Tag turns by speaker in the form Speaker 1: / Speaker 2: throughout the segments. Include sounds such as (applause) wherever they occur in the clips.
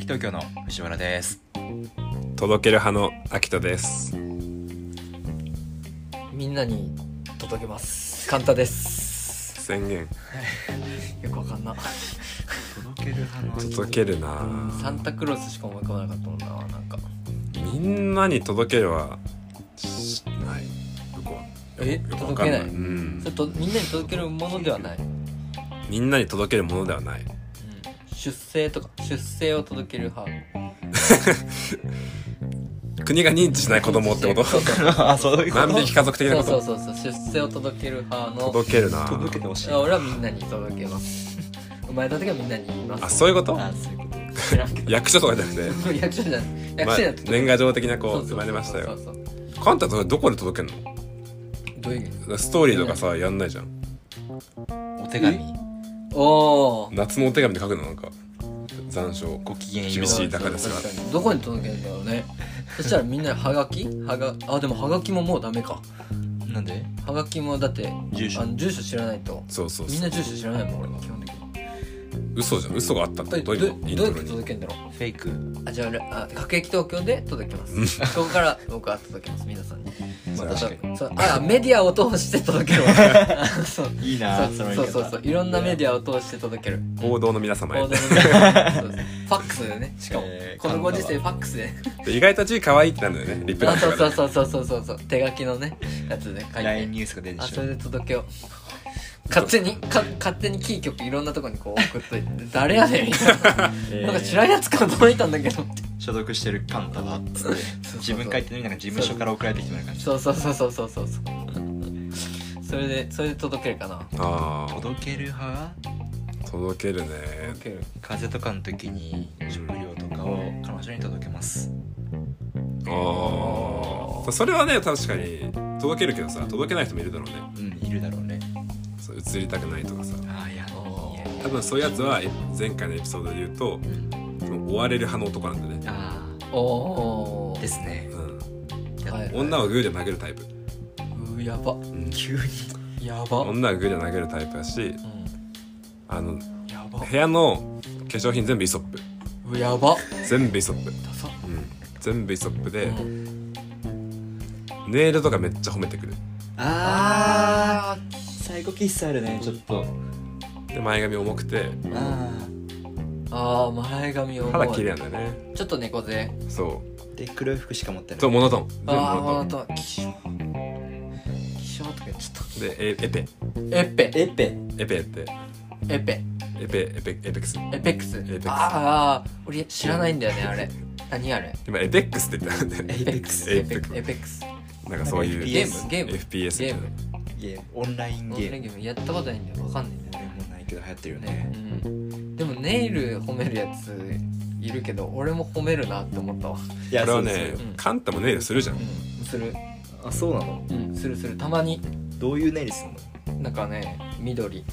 Speaker 1: 東京の藤原です
Speaker 2: 届ける派の秋人です
Speaker 3: みんなに届けます簡単です
Speaker 2: 宣言
Speaker 3: よくわかんな
Speaker 1: 届ける派の
Speaker 2: 届けるな
Speaker 3: サンタクロースしか思い浮かばなかったもんななんか
Speaker 2: みんなに届けるはしない僕は
Speaker 3: え
Speaker 2: よくわかん
Speaker 3: 届けない
Speaker 2: うん
Speaker 3: それとみんなに届けるものではない、うん、
Speaker 2: みんなに届けるものではない
Speaker 3: 出生とか出生を届ける派
Speaker 2: 国が認知しない子供ってこ
Speaker 3: そう
Speaker 2: と
Speaker 3: (laughs) そう
Speaker 1: あそういうこと
Speaker 2: 万引き家族的なこ
Speaker 3: そう
Speaker 2: と
Speaker 3: そうそうそう出世を届ける派の
Speaker 2: 届けるな
Speaker 1: 届けてほしい
Speaker 3: 俺はみんなに届けます (laughs) 生まれた時はみんなに言いま
Speaker 2: あ
Speaker 3: す
Speaker 2: そういうこと
Speaker 1: あそういうこと
Speaker 3: 知らんけど
Speaker 2: 役所とかじゃなくて
Speaker 3: (laughs) 役所じゃない役
Speaker 2: まあ
Speaker 3: 所じゃなくて
Speaker 2: 年賀状的な
Speaker 3: そう
Speaker 2: 子
Speaker 3: そう
Speaker 2: 生まれました
Speaker 3: そう
Speaker 2: よ
Speaker 3: そうそう
Speaker 2: カンタそれどこで届けるの
Speaker 3: どういう意味
Speaker 2: だからストーリーとかさやんないじゃん
Speaker 1: お手紙
Speaker 3: おお
Speaker 2: 夏のお手紙で書くのなんか残暑
Speaker 1: ご機嫌よう
Speaker 2: 厳しい中ですが
Speaker 3: 確かにどこに届けるんだろうねそしたらみんなはがきはがあでもはがきももうダメか
Speaker 1: なんで
Speaker 3: はがきもだって
Speaker 1: 住所
Speaker 3: あの住所知らないと
Speaker 2: そうそう
Speaker 3: みん
Speaker 2: そう
Speaker 3: な住所知らないもん俺は基本的に
Speaker 2: 嘘じゃん嘘があったって
Speaker 3: ど
Speaker 2: こと
Speaker 3: どどう
Speaker 2: イン
Speaker 3: や
Speaker 2: トロ
Speaker 3: って
Speaker 2: に
Speaker 3: 届けるんだろう
Speaker 1: フェイク
Speaker 3: あじゃあああ各駅東京で届けますここから僕は届けます皆さんに
Speaker 2: まあ
Speaker 3: だから
Speaker 2: 確か
Speaker 3: そうあメディアを通して届けるわあ
Speaker 1: (laughs)
Speaker 3: そう
Speaker 1: いいな
Speaker 3: そ
Speaker 1: の言
Speaker 3: うそ
Speaker 1: いう方
Speaker 3: そうそういろんなメディアを通して届ける
Speaker 2: に報道の皆様へ
Speaker 3: 報道のメディアそうそうファックスでねしかも、
Speaker 1: えー
Speaker 3: このご時世ファックスで
Speaker 2: で意外と字可愛いってなるんだよねリプラ
Speaker 3: あ
Speaker 2: イと
Speaker 3: そ
Speaker 2: か
Speaker 3: う
Speaker 2: で
Speaker 3: そうそうそうそうそうそう手書きのねやつで書いて
Speaker 1: LINE ニュースが出るで
Speaker 3: あ
Speaker 1: し
Speaker 3: そ
Speaker 1: ょ
Speaker 3: れで届けよう勝手にか勝手にキー局いろんなとこにこう送っといて誰やねんみたい
Speaker 1: (laughs)
Speaker 3: ななんか知らんやつから届いたんだけどって
Speaker 1: 所属してるカンタだっつって
Speaker 3: そう
Speaker 1: 自分書いてるのになんか事務所から送られてきてもらう感じ
Speaker 3: そうそうそうそうそうそうそうそれでそれで届けるかな
Speaker 2: ああ
Speaker 1: 届ける派
Speaker 2: 届けるね
Speaker 3: 届ける
Speaker 1: 風邪とかの時に食料とかを彼女に届けます
Speaker 2: ああそれはね確かに届けるけどさ届けない人もいるだろうね
Speaker 1: うんいるだろうね
Speaker 2: そう映りたくないとかさ
Speaker 1: ああいや
Speaker 3: おー
Speaker 2: 多分そういうやつはえ前回のエピソードで言うとその追われる派の男なんだよね、
Speaker 1: あ
Speaker 3: おお
Speaker 1: あですね
Speaker 2: う
Speaker 3: はい
Speaker 2: ん、女はグーで投げるタイプ、
Speaker 3: うーやば
Speaker 2: うん、
Speaker 1: 急に
Speaker 3: やばうん
Speaker 2: 女はグーで投げるタイプだしあの
Speaker 3: やば
Speaker 2: 部屋の化粧品全部イソップ
Speaker 3: うーやば
Speaker 2: 全部イソップ、
Speaker 3: ダサ
Speaker 2: うん、全部イソップで、
Speaker 3: うん
Speaker 2: ネイルとかめっちゃ褒めてくる
Speaker 1: ああ最後キスあるねちょっと
Speaker 2: で前髪重くて
Speaker 1: あ
Speaker 3: あー前髪を
Speaker 2: 肌綺麗なんだよね
Speaker 3: ちょっと猫背
Speaker 2: そ
Speaker 1: あで黒い服しか持ってな
Speaker 2: う
Speaker 1: い
Speaker 2: そうモノトーン全部モ
Speaker 3: ああ
Speaker 2: ノ
Speaker 3: 本
Speaker 2: ト
Speaker 3: 当気象気象とか言っちゃっ
Speaker 2: ーンでエエペ
Speaker 3: たエッペ
Speaker 1: エペ
Speaker 2: エペって
Speaker 3: エッペ
Speaker 2: エペエペエペックス
Speaker 3: エペックス
Speaker 2: ペックス
Speaker 3: あーあー俺知らないんだよねあれ何あれ
Speaker 2: 今エペックスって言ったんだよ
Speaker 1: エ
Speaker 2: ね
Speaker 1: ペック
Speaker 2: (laughs)
Speaker 1: ス
Speaker 3: エペックスエペックス
Speaker 2: なんかそういう
Speaker 3: ゲームゲーム
Speaker 2: FPS
Speaker 3: ゲーム
Speaker 2: み
Speaker 1: ゲームオンラインゲ
Speaker 3: ゲー
Speaker 1: ーム
Speaker 3: ムゲームやったことないんだよわかんないんだよ
Speaker 1: 俺もないけど流行ってるよ
Speaker 3: ね
Speaker 1: ね
Speaker 3: うんでもネイル褒めるやついるけど俺も褒めるなって思ったわ
Speaker 1: い
Speaker 2: たいな
Speaker 1: そ
Speaker 2: これは
Speaker 1: う
Speaker 2: ね
Speaker 1: そう
Speaker 3: うん
Speaker 2: カンタもネイルするじゃん
Speaker 3: うんする
Speaker 1: あそうなの
Speaker 3: うんするするたまに
Speaker 1: どういうネイルすんの
Speaker 3: なんかね緑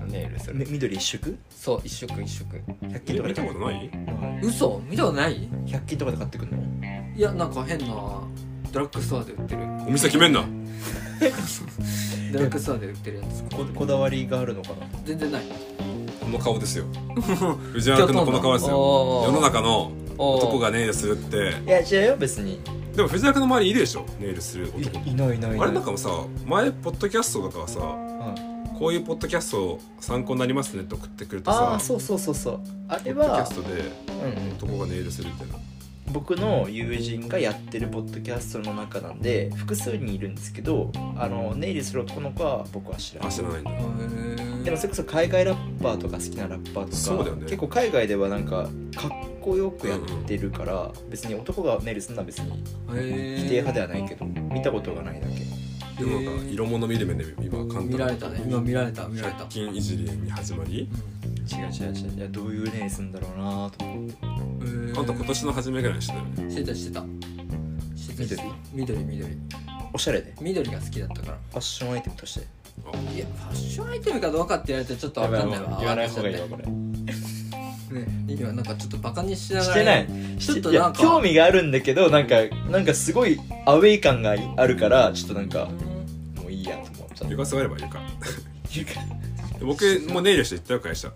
Speaker 3: のネイルす
Speaker 1: み
Speaker 3: る
Speaker 1: 緑一色
Speaker 3: そう一色一色
Speaker 1: 100均
Speaker 2: ネイ
Speaker 1: と
Speaker 2: ル
Speaker 1: か
Speaker 2: 見
Speaker 1: で
Speaker 2: た
Speaker 1: 買
Speaker 2: こ
Speaker 1: っ
Speaker 2: とない
Speaker 3: 嘘見たことない
Speaker 1: 100均とかで買ってくんの
Speaker 3: いやなんか変なドラッグストアで売 (laughs) ってる
Speaker 2: お店決めんな
Speaker 3: ドラッグストアで売ってるやつ
Speaker 1: ここだわりがあるのかな
Speaker 3: 全然ない
Speaker 2: この顔ですよ (laughs) 藤原君のこの顔ですよ
Speaker 3: おー
Speaker 2: 世の中の男
Speaker 3: 男
Speaker 2: がネイルするって
Speaker 1: いや違うよ別に
Speaker 2: でも藤原君の周りいるでしょネイルする男
Speaker 1: いないいないいない
Speaker 2: あれなんかもさ前ポッドキャストとかはさ
Speaker 1: うん
Speaker 2: こういうポッドキャスト参考になりますねって送ってくると
Speaker 1: あ
Speaker 2: さ
Speaker 1: あそうそうそうそうあ
Speaker 2: ポ
Speaker 1: れ
Speaker 2: ッドキャ
Speaker 1: は
Speaker 2: ストで
Speaker 1: うんうん
Speaker 2: 男がネイルするみたいな
Speaker 1: 僕の友人がやってるポッドキャストの中なんで複数人いるんですけどあのネイルする男の子は僕は知らな
Speaker 2: あ
Speaker 1: い
Speaker 2: 知らないんだ
Speaker 1: でもそれこそ海外ラッパーとか好きなラッパーとか
Speaker 2: そうだよね
Speaker 1: 結構海外ではなんかかっこよくやってるから、別に男がネイルするのは別に否定派ではないけど見たことがないだけ
Speaker 2: でもなんか色物見る目で今簡単
Speaker 3: 見られたね今見られた見られた
Speaker 2: 100均いじりに始まり
Speaker 1: 違う違う違ういやどういうネイルするんだろうなと思って
Speaker 3: うん
Speaker 2: あんた今年の初めぐらいにしてたよね
Speaker 3: してたしてたしてたしてた緑緑
Speaker 1: おしゃれでフ
Speaker 3: 緑が好きだったから
Speaker 1: ァッションアイテムとして
Speaker 3: いやファッションアイテムかどうかって言われてちょっとわかんないわ
Speaker 1: 言わない方がいいわこれ
Speaker 3: ね今なんかちょっとバカにしながら
Speaker 1: してない
Speaker 3: ちょっと
Speaker 1: いや
Speaker 3: なんか
Speaker 1: 興味があるんだけどなんかなんかすごいアウェイ感があるからちょっとなんかもういいやと思っちゃった
Speaker 2: 床座れば床僕もうネイルして行ったよ会社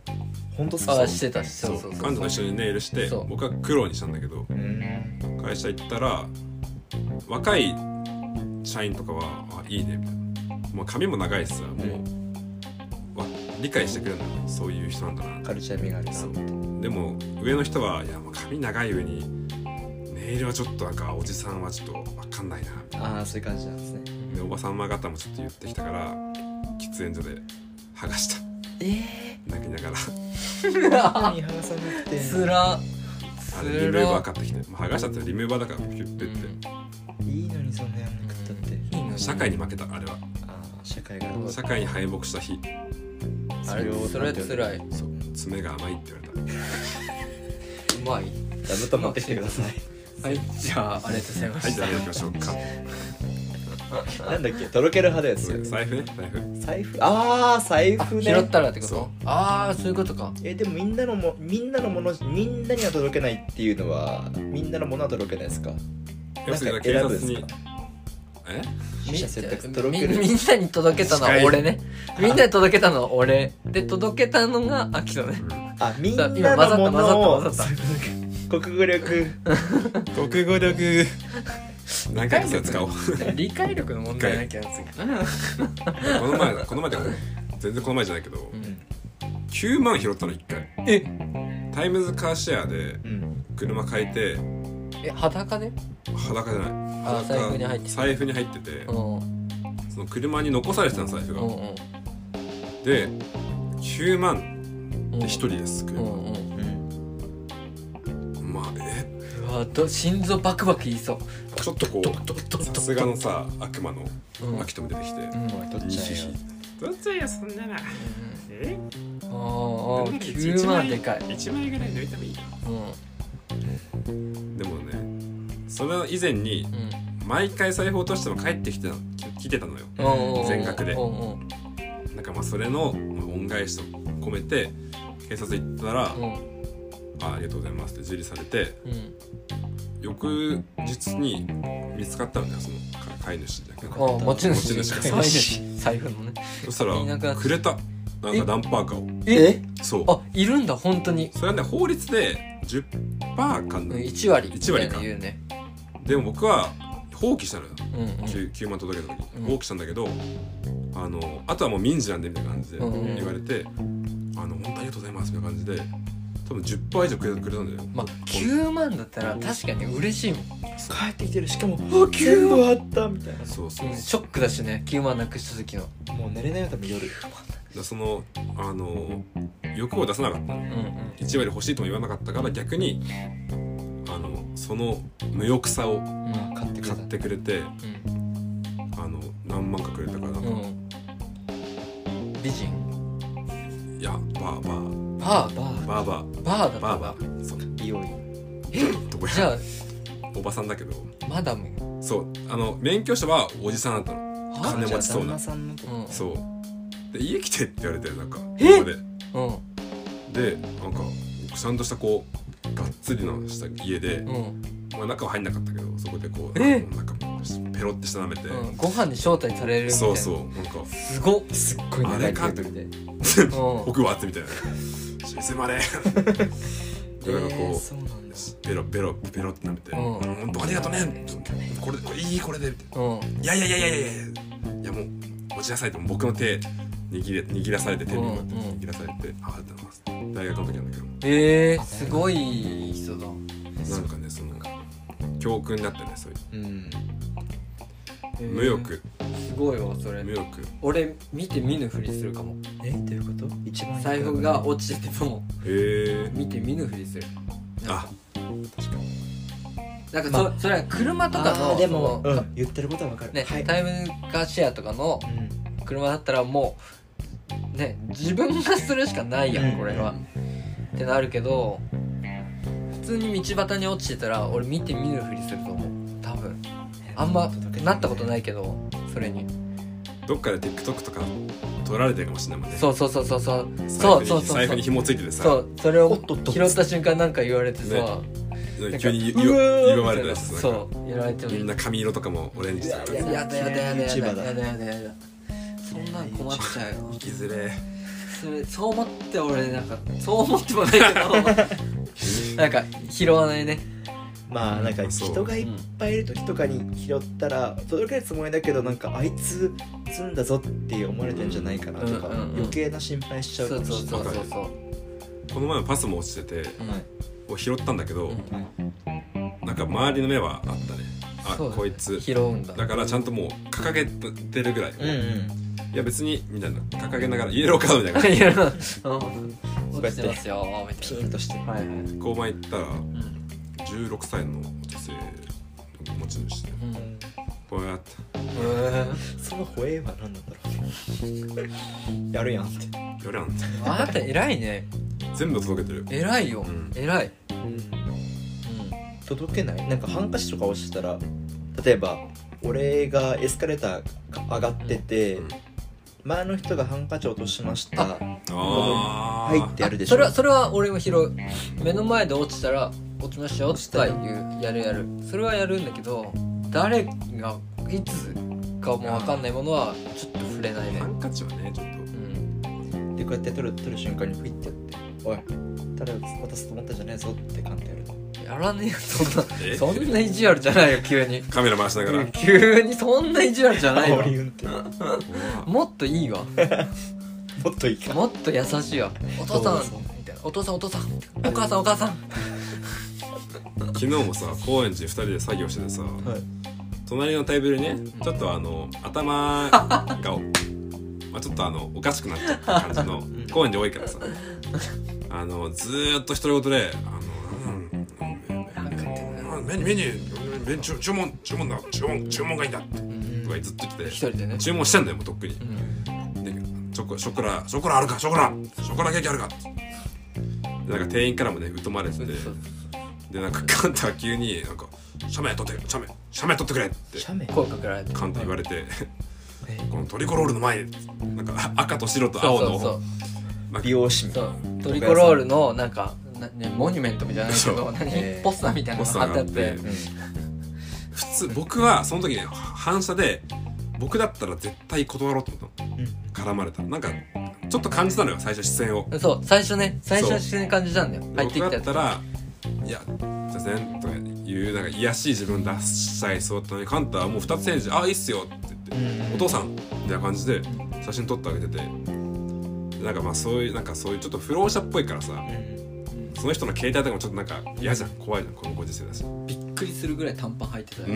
Speaker 1: 本当
Speaker 3: あ
Speaker 1: 好
Speaker 3: あ
Speaker 1: き
Speaker 3: してたしそうそうそう
Speaker 2: 彼女と一緒にネイルして
Speaker 3: そう
Speaker 2: 僕は黒にしたんだけど
Speaker 1: ううん
Speaker 2: 会社行ったら若い社員とかは「あいいね」みたいなもう髪も長いしさもう、わ理解してくれるのよそういう人なんだな
Speaker 1: カルチャー味があるな
Speaker 2: そうでも上の人はいやもう髪長い上にネイルはちょっとなんかおじさんはちょっと分かんないな
Speaker 1: ああそういう感じなんですね
Speaker 2: でおばさんま方もちょっと言ってきたから喫煙所で剥がした
Speaker 3: え
Speaker 2: 泣きながら
Speaker 1: 何剥がさなくて
Speaker 3: えつら
Speaker 2: あ
Speaker 3: つ
Speaker 2: れ
Speaker 3: ら
Speaker 2: リムーバー買ってきてもう剥がしたってリムーバーだからピュッてって、
Speaker 1: いいのにそんなやんなくったって
Speaker 3: いいのに
Speaker 2: 社会に負けたあれは
Speaker 1: ああ社会が
Speaker 2: 社会に敗北した日
Speaker 3: あれそれつらいう
Speaker 2: そう爪が甘いって言われた
Speaker 3: まい
Speaker 1: ダブっと持ってきてください
Speaker 3: はいじゃあありがとうございま
Speaker 2: はい
Speaker 3: し
Speaker 2: じ
Speaker 3: た
Speaker 2: ゃあやりましょうか
Speaker 1: (laughs) なんだっけとろける派のやつ
Speaker 2: 財布ね
Speaker 1: 財
Speaker 2: 財布
Speaker 1: 布ああ財布ね
Speaker 3: 拾ったらってこ
Speaker 2: そう
Speaker 3: とああそういうことか
Speaker 1: えでもみんなのもみんなのものみんなには届けないっていうのはみんなのものは届けないですか
Speaker 2: 要する
Speaker 1: なん
Speaker 2: に
Speaker 1: か
Speaker 2: 警
Speaker 1: 選ぶ
Speaker 2: 察
Speaker 1: んです
Speaker 2: に
Speaker 1: か
Speaker 2: え
Speaker 1: 取捨選択
Speaker 3: み
Speaker 1: とろける
Speaker 3: みみんなに届けたのは俺ねみんなに届けたのは俺で届けたのがアキトね
Speaker 1: あみんなのものを
Speaker 3: 今混ざった混ざった
Speaker 1: (laughs) 国語力
Speaker 2: 国語力何回かそれ使おうこ
Speaker 3: 理解力の問題なきゃやつ
Speaker 2: の前この前だから全然この前じゃないけど
Speaker 3: うん
Speaker 2: 9万拾ったの1回
Speaker 3: え
Speaker 2: タイムズカーシェアで
Speaker 1: うん
Speaker 2: 車借りて
Speaker 3: え裸で
Speaker 2: 裸じゃない
Speaker 3: あ財布に入ってた
Speaker 2: 財布に入ってて
Speaker 3: うんうん
Speaker 2: その車に残されてたの財布が
Speaker 3: うん
Speaker 2: で9万
Speaker 3: うん
Speaker 2: で1人です
Speaker 3: う
Speaker 2: 車
Speaker 3: んうん
Speaker 1: うん
Speaker 2: まあえ
Speaker 3: うわど心臓バクバクいいそ
Speaker 2: ちょっとこうさすがのさ悪魔の
Speaker 3: ううんうん
Speaker 2: アキトも出てきて
Speaker 3: うん
Speaker 1: おい取っちゃえよ
Speaker 2: どっちやそんななえ
Speaker 3: あーあー9万でかい
Speaker 2: 1枚ぐらい抜いてもいい
Speaker 3: うん
Speaker 2: でもねそれ以前に
Speaker 3: うん
Speaker 2: 毎回財布落としても帰ってきてた来てたのよ
Speaker 3: うんうん
Speaker 2: 全額で
Speaker 3: うんうん
Speaker 2: なんかまあそれのまあ恩返しと込めて警察行ったら
Speaker 3: うん
Speaker 2: 「あありがとうございます」って受理されて
Speaker 3: うん
Speaker 2: 翌日に見つかったんだよそのか飼い主だけ
Speaker 3: あ
Speaker 2: ど
Speaker 3: ー持ち主
Speaker 2: 持ち主
Speaker 3: 財布財布のね
Speaker 2: そした
Speaker 3: いなくな
Speaker 2: ら
Speaker 3: っ
Speaker 2: くれたなんかダンパーカーを
Speaker 3: え
Speaker 2: そう
Speaker 3: あいるんだ本当に
Speaker 2: それはね法律で10%かな
Speaker 3: 1割み
Speaker 2: 1
Speaker 3: た
Speaker 2: 割
Speaker 3: い
Speaker 2: か
Speaker 3: な言うね
Speaker 2: でも僕は放棄したのよ
Speaker 3: うんうん
Speaker 2: 9, 9万届けた時
Speaker 3: うん
Speaker 2: に放棄したんだけど、あのあとはもう民事なんでみたいな感じで
Speaker 3: うんうん
Speaker 2: 言われて「あの本当ありがとうございます」みたいな感じで多分10倍以上くれくれたんだよ
Speaker 3: まあ9万だったら確かに嬉しいもん
Speaker 1: 帰ってきてるしかもあ全部あったみたい
Speaker 2: そうそう
Speaker 3: うんショックだしね9万なくした時の
Speaker 1: なもう寝れないよ多分夜
Speaker 2: だそのあの欲を出さなかった
Speaker 3: うんうん
Speaker 2: 1割欲しいとも言わなかったから逆にあのその無欲さを
Speaker 3: うん
Speaker 1: 買ってくれ
Speaker 2: 買ってくれてあの何万かくれたから、
Speaker 3: うんうん美人
Speaker 2: いやバーバー
Speaker 3: バー
Speaker 2: バー
Speaker 3: バー
Speaker 2: バー
Speaker 3: バーだ
Speaker 2: バーバーそう
Speaker 1: 美容院
Speaker 2: どこや
Speaker 3: じゃ
Speaker 2: おばさんだけど
Speaker 3: あマダムよ
Speaker 2: そうあの免許証はおじさんだったの
Speaker 3: は
Speaker 2: 金持ちそう
Speaker 1: じゃあ旦那
Speaker 2: な
Speaker 1: さんのとこ
Speaker 3: うん
Speaker 2: そうで家来てって言われてなんか
Speaker 3: え
Speaker 2: ここ
Speaker 3: うん
Speaker 2: ででなんかちゃんとしたこうがっつりのした家で、
Speaker 3: うん
Speaker 2: まあ、中は入んなかったけどそこでこう
Speaker 3: え
Speaker 2: なんかペロってしたなめて、
Speaker 3: うんご飯に招待されるみたいな
Speaker 2: そうそうなんか
Speaker 3: す
Speaker 2: (laughs)
Speaker 3: ごっ
Speaker 1: すっごい長いテーブルで
Speaker 3: うん
Speaker 2: 僕はってみたいな「沈ま
Speaker 3: (laughs)
Speaker 2: れ!」でなんかこう、
Speaker 1: そうなんだ
Speaker 2: ベロベロベロってなめて「
Speaker 3: うん
Speaker 2: 本当ありがとうねこれこれいいこれで」みたいな
Speaker 3: うん
Speaker 2: いやいやいやいやいやいやいやもう持ちなさいと僕の手握れ握らされて手にこうやって
Speaker 3: うんうん
Speaker 2: 握らされて、あありがとうございます大学の時なんだけ
Speaker 3: えー、すごい人だ
Speaker 2: どなんかねその教訓になったねそうい
Speaker 1: うん
Speaker 2: う無欲
Speaker 3: すごいわそれ
Speaker 2: 無欲
Speaker 3: 俺見て見ぬふりするかも
Speaker 1: えどういうこと一番いい
Speaker 3: 財布が落ちてても
Speaker 2: へえ
Speaker 3: 見て見ぬふりする
Speaker 2: あ確かに
Speaker 3: なんかそ,、それは車とか
Speaker 1: あ
Speaker 3: の
Speaker 1: ーでも、
Speaker 3: その
Speaker 1: うん言ってることはわかる、
Speaker 3: ね、
Speaker 1: はい、
Speaker 3: タイムカーシェアとかの
Speaker 1: うん
Speaker 3: 車だったらもうね自分がするしかないやんこれは、ってなるけど普通に道端に落ちてたら俺見て見ぬふりすると思う多分あんまなったことないいけどそれに
Speaker 2: どっかで TikTok とか撮られてるかもしれないもんね
Speaker 3: そうそうそうそうそう
Speaker 2: 財
Speaker 3: そ
Speaker 2: 布
Speaker 3: う
Speaker 2: に
Speaker 3: そうそう
Speaker 2: 財
Speaker 3: そ
Speaker 2: 布
Speaker 3: う
Speaker 2: に紐ついてて
Speaker 3: そ
Speaker 2: さ
Speaker 3: うそれ
Speaker 1: お
Speaker 3: を
Speaker 1: っとっと
Speaker 3: 拾った瞬間なんか言われてさ、
Speaker 2: ね
Speaker 3: なんか
Speaker 2: 急に言
Speaker 3: うわー
Speaker 2: 言われたやつ
Speaker 3: みいな
Speaker 2: なんか
Speaker 3: そうやられても
Speaker 2: みんな髪色とかもオレンジとか
Speaker 1: いや
Speaker 3: やだやだやだやだやだやだやだそんなん困っちゃうよ
Speaker 2: 生きづれえ
Speaker 3: それそう思って俺なんか (laughs) そう思ってもないけどなんか拾わないね
Speaker 1: まあなんか
Speaker 2: そう
Speaker 1: 人がいっぱいいる時とかに拾ったら届けるつもりだけどなんかあいつ積んだぞって思われてんじゃないかなとか
Speaker 3: うんうんうん
Speaker 1: 余計な心配しちゃ
Speaker 3: そ
Speaker 1: う
Speaker 3: う
Speaker 1: か
Speaker 3: そう
Speaker 1: も
Speaker 3: そう
Speaker 1: しれない
Speaker 3: そうそう
Speaker 2: この前もパスも落ちてて
Speaker 3: うん
Speaker 1: はい
Speaker 2: こう拾ったんだけど、
Speaker 3: う
Speaker 2: なんか周りの目はあったねあ
Speaker 3: そうだね
Speaker 2: こいつ
Speaker 3: 拾うんだ
Speaker 2: だからちゃんともう掲げてるぐらい、
Speaker 1: うん
Speaker 2: い
Speaker 1: うん
Speaker 2: や別にみたいな掲げながらイエローカード
Speaker 3: (laughs)
Speaker 2: みたいな感
Speaker 3: い
Speaker 2: じ
Speaker 3: やうん落ちてますよみた
Speaker 1: ピ
Speaker 3: い
Speaker 1: ーンとして
Speaker 3: なはいはい
Speaker 2: で交番行ったら
Speaker 3: うん
Speaker 2: 16歳の女性の持ち主で
Speaker 3: うん
Speaker 2: こうやって
Speaker 1: その吠えは何なんだろうねやるやんって
Speaker 2: 「よりゃん」って
Speaker 3: あなた偉いね
Speaker 2: 全部届けてる
Speaker 3: 偉いよ
Speaker 2: うん
Speaker 3: 偉い
Speaker 1: 届けないなんかハンカチとか押してたら例えば俺がエスカレーター上がってて、
Speaker 2: うん
Speaker 1: 前の人がハンカチ落としました
Speaker 2: ああ
Speaker 1: 入ってやるでし
Speaker 3: そ
Speaker 1: ょ
Speaker 3: れはそれは俺も拾う目の前で落ちたら落ちましたよって言うやるやるそれはやるんだけど誰がいつかも分かんないものはちょっと触れないね
Speaker 2: ハンカチはねちょっと
Speaker 3: うん
Speaker 1: でこうやって取る取る瞬間にピッてやって「おいただ渡すと思ったんじゃねえぞ」って感じやる
Speaker 3: やらねえよそん
Speaker 2: え
Speaker 3: なそんな意地悪じゃないよ急に
Speaker 2: カメラ回しながら
Speaker 3: うん急にそんな意地悪じゃないわ
Speaker 1: 煽り運転も
Speaker 3: もっといいわ
Speaker 1: っといいか
Speaker 3: もっと優しいわお父さん
Speaker 1: そう
Speaker 3: みたいなお父さんお父さんお母さんお母さん
Speaker 2: 昨日もさ高円寺で2人で作業しててさ、
Speaker 1: はい
Speaker 2: 隣のテーブルにねちょっとあの頭が、まあ、ちょっとあのおかしくなっちゃった感じの
Speaker 1: ん
Speaker 2: 高円寺多いからさあのずーっと独り言で「あのうんうんメニューメニューメニュー注注文注文だ注文注文がいいんだ」とか言ってずっと来
Speaker 3: 一人
Speaker 2: て
Speaker 3: でね
Speaker 2: 注文してんだよもうとっくに。
Speaker 3: うん
Speaker 2: でショコショコラショコラあるかショコラショコラケーキあるかでなんか店員からもね疎まれててでなんかカンタは急になんか「写メ撮って写メ写メ撮ってくれ」って
Speaker 1: 写メ
Speaker 3: 声かけられて
Speaker 2: カンタ言われて (laughs)
Speaker 1: え
Speaker 2: このトリコロールの前でなんか赤と白と青
Speaker 3: そうそうそ
Speaker 2: の
Speaker 3: う
Speaker 1: 美容師みた
Speaker 3: そ
Speaker 1: いう
Speaker 3: トリコロールのなんかなねモニュメントみたいなの
Speaker 2: そう
Speaker 3: けど何
Speaker 1: えー
Speaker 3: ポスターみたいな
Speaker 2: ポ
Speaker 3: の
Speaker 2: ス
Speaker 3: が
Speaker 2: タ
Speaker 3: 貼
Speaker 2: ー
Speaker 3: っ
Speaker 2: が
Speaker 3: て
Speaker 2: あ
Speaker 3: あ
Speaker 2: っ
Speaker 3: って
Speaker 2: て
Speaker 1: な、
Speaker 2: 普通僕はその時ね反射で僕だったら絶対断ろうと思ったの
Speaker 1: うん
Speaker 2: 絡まれたなんかちょっと感じたのよ最初視線を
Speaker 3: そう最初ね最初
Speaker 2: そう
Speaker 3: は自然に感じたんだよ入って
Speaker 2: 僕だ
Speaker 3: きた
Speaker 2: っ
Speaker 3: やつ
Speaker 2: たら「いや全然」とかいうなんか癒やしい自分出しちゃいそうだったのにカンタはもう2つ返事「あいいっすよ」って言ってお父さんみたいな感じで写真撮ってあげててでなんかまあそういうなんかそういうちょっと不老者っぽいからさ
Speaker 1: うん
Speaker 2: その人の携帯とかもちょっとなんか嫌じゃん怖いじゃんこのご時世だし
Speaker 3: びっくりするぐらい短パン履いてたよ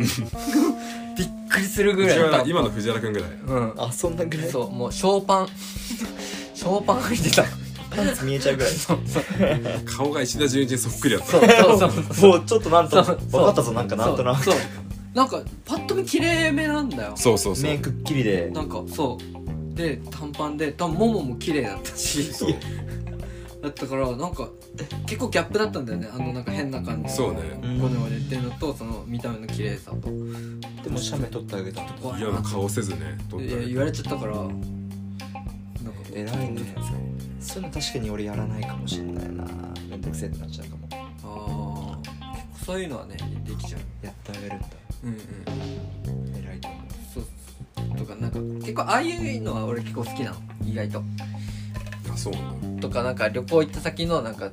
Speaker 3: びっくりするぐらい
Speaker 2: 藤
Speaker 3: 短
Speaker 2: 原
Speaker 3: パン
Speaker 2: 今の藤原君ぐらい
Speaker 3: うん
Speaker 1: あそんなぐらい
Speaker 3: そうもうショーパン (laughs) ショーパン履いてた
Speaker 1: パンツ見えちゃうぐらい
Speaker 3: そうそう
Speaker 2: 顔が石田純一にそっくりだっ
Speaker 3: そ
Speaker 2: た
Speaker 3: うそうそう
Speaker 1: (laughs) もうちょっとなんと
Speaker 3: そう
Speaker 1: なく分かったぞなんかなんとなく
Speaker 3: そうそうなんかパッと見綺麗めなんだよ
Speaker 2: そうそうそう
Speaker 1: 目くっきりで
Speaker 3: なんかそうで短パンで多分ももも綺麗だったし
Speaker 2: そう
Speaker 3: だったからなんか結構ギャップだったんだよねあのなんか変な感じ
Speaker 2: そうね
Speaker 3: ゴネゴネ言ってるのとその見た目の綺麗さと
Speaker 1: でも写メ撮ってあげた
Speaker 3: 怖い
Speaker 2: 嫌
Speaker 3: な
Speaker 2: な顔せずね撮っ
Speaker 3: い
Speaker 2: てあ
Speaker 3: や
Speaker 2: げて
Speaker 3: 言われちゃったからなんか
Speaker 1: 偉いねそういうの確かに俺やらないかもしれないなめんどくせえってなっちゃうかも
Speaker 3: ああ結構そういうのはねできちゃう
Speaker 1: やってあげるんだ
Speaker 3: うんうん
Speaker 1: 偉いと思う
Speaker 3: そうそうとかなんか結構ああいうのは俺結構好きなの意外と
Speaker 2: あそうなんだ
Speaker 3: とかなんか旅行行った先のなんか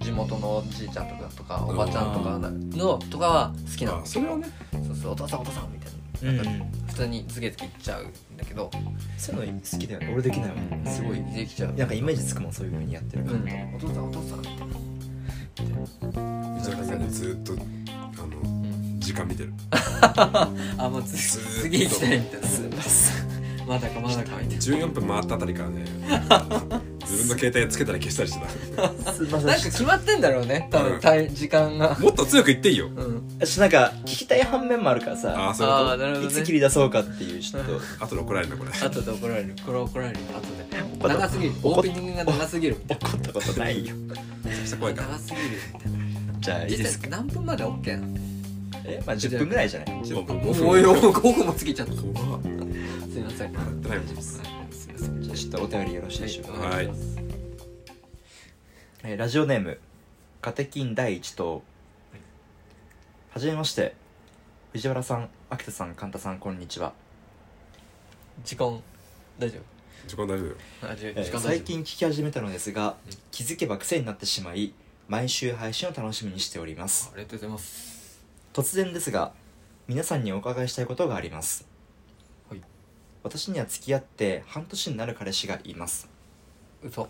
Speaker 3: 地元のおじいちゃんとかとかおばちゃんとかなのとかは好きなの
Speaker 2: あそれはね
Speaker 3: そうそうお父さんお父さんみたい
Speaker 1: うん
Speaker 3: ななんか普通にズゲズゲ行っちゃうんだけど
Speaker 1: そういうの好きだよね俺できないわ
Speaker 3: すごいできちゃう
Speaker 1: なんかイメージつくもんそういうふうにやってる
Speaker 3: う
Speaker 1: から、
Speaker 3: んお父さんお父さんみたいな
Speaker 2: 藤原君がねずーっとあの時間見てる
Speaker 3: あもうつ次行きたいみたいな
Speaker 1: すいません
Speaker 3: まだかまだかみたい
Speaker 2: 14分回ったあたりからね自分の携帯つけたり消したりして
Speaker 1: すいま
Speaker 3: ななんか
Speaker 1: せん
Speaker 3: 決まってんだろうね多
Speaker 2: うん
Speaker 3: 分たい時間が
Speaker 2: たもっと強く言っていいよ
Speaker 3: うん
Speaker 1: 私なんか聞きたい反面もあるから
Speaker 2: あ
Speaker 1: さ
Speaker 2: あそういう
Speaker 3: ああ
Speaker 2: こ
Speaker 3: なるほ
Speaker 1: い
Speaker 3: ど
Speaker 1: つ
Speaker 3: ね
Speaker 1: 切り出そうかっていうちょっと
Speaker 2: と後で怒られるなこれ
Speaker 3: 後で怒られるこれ怒られる
Speaker 1: 怒った
Speaker 3: 後で長すぎるオープニングが長すぎるみたい
Speaker 1: 怒ったことないよ
Speaker 2: めちゃくちゃ怖いか
Speaker 3: な
Speaker 2: ら
Speaker 3: 長すぎるみたいな
Speaker 1: じゃあいいですか
Speaker 3: 実際何分まで OK なの
Speaker 1: えまあ10分ぐらいじゃない
Speaker 2: 5分5分
Speaker 3: おいおい5分も過ぎちゃった
Speaker 2: 怖っ
Speaker 3: すいません
Speaker 2: やってないもん
Speaker 3: すいません
Speaker 1: じゃあちょっとお便りよろしいでしょうか、
Speaker 2: はい
Speaker 1: えーラジオネームカテキン第一党はじめまして藤原さん秋田さんカンタさんこんにちは
Speaker 3: 時間大丈
Speaker 2: 時間大丈夫よ
Speaker 3: あじゅ
Speaker 1: えー
Speaker 3: 時間大
Speaker 1: 最
Speaker 3: 丈
Speaker 1: 近聞き始めたのですが気づけば癖になってしまい毎週配信を楽しみにしております
Speaker 3: 夫ありがとうございます
Speaker 1: 突然ですが皆さんにお伺いしたいことがあります、
Speaker 3: はい
Speaker 1: 私には付き合って半年になる彼氏がいます
Speaker 3: 嘘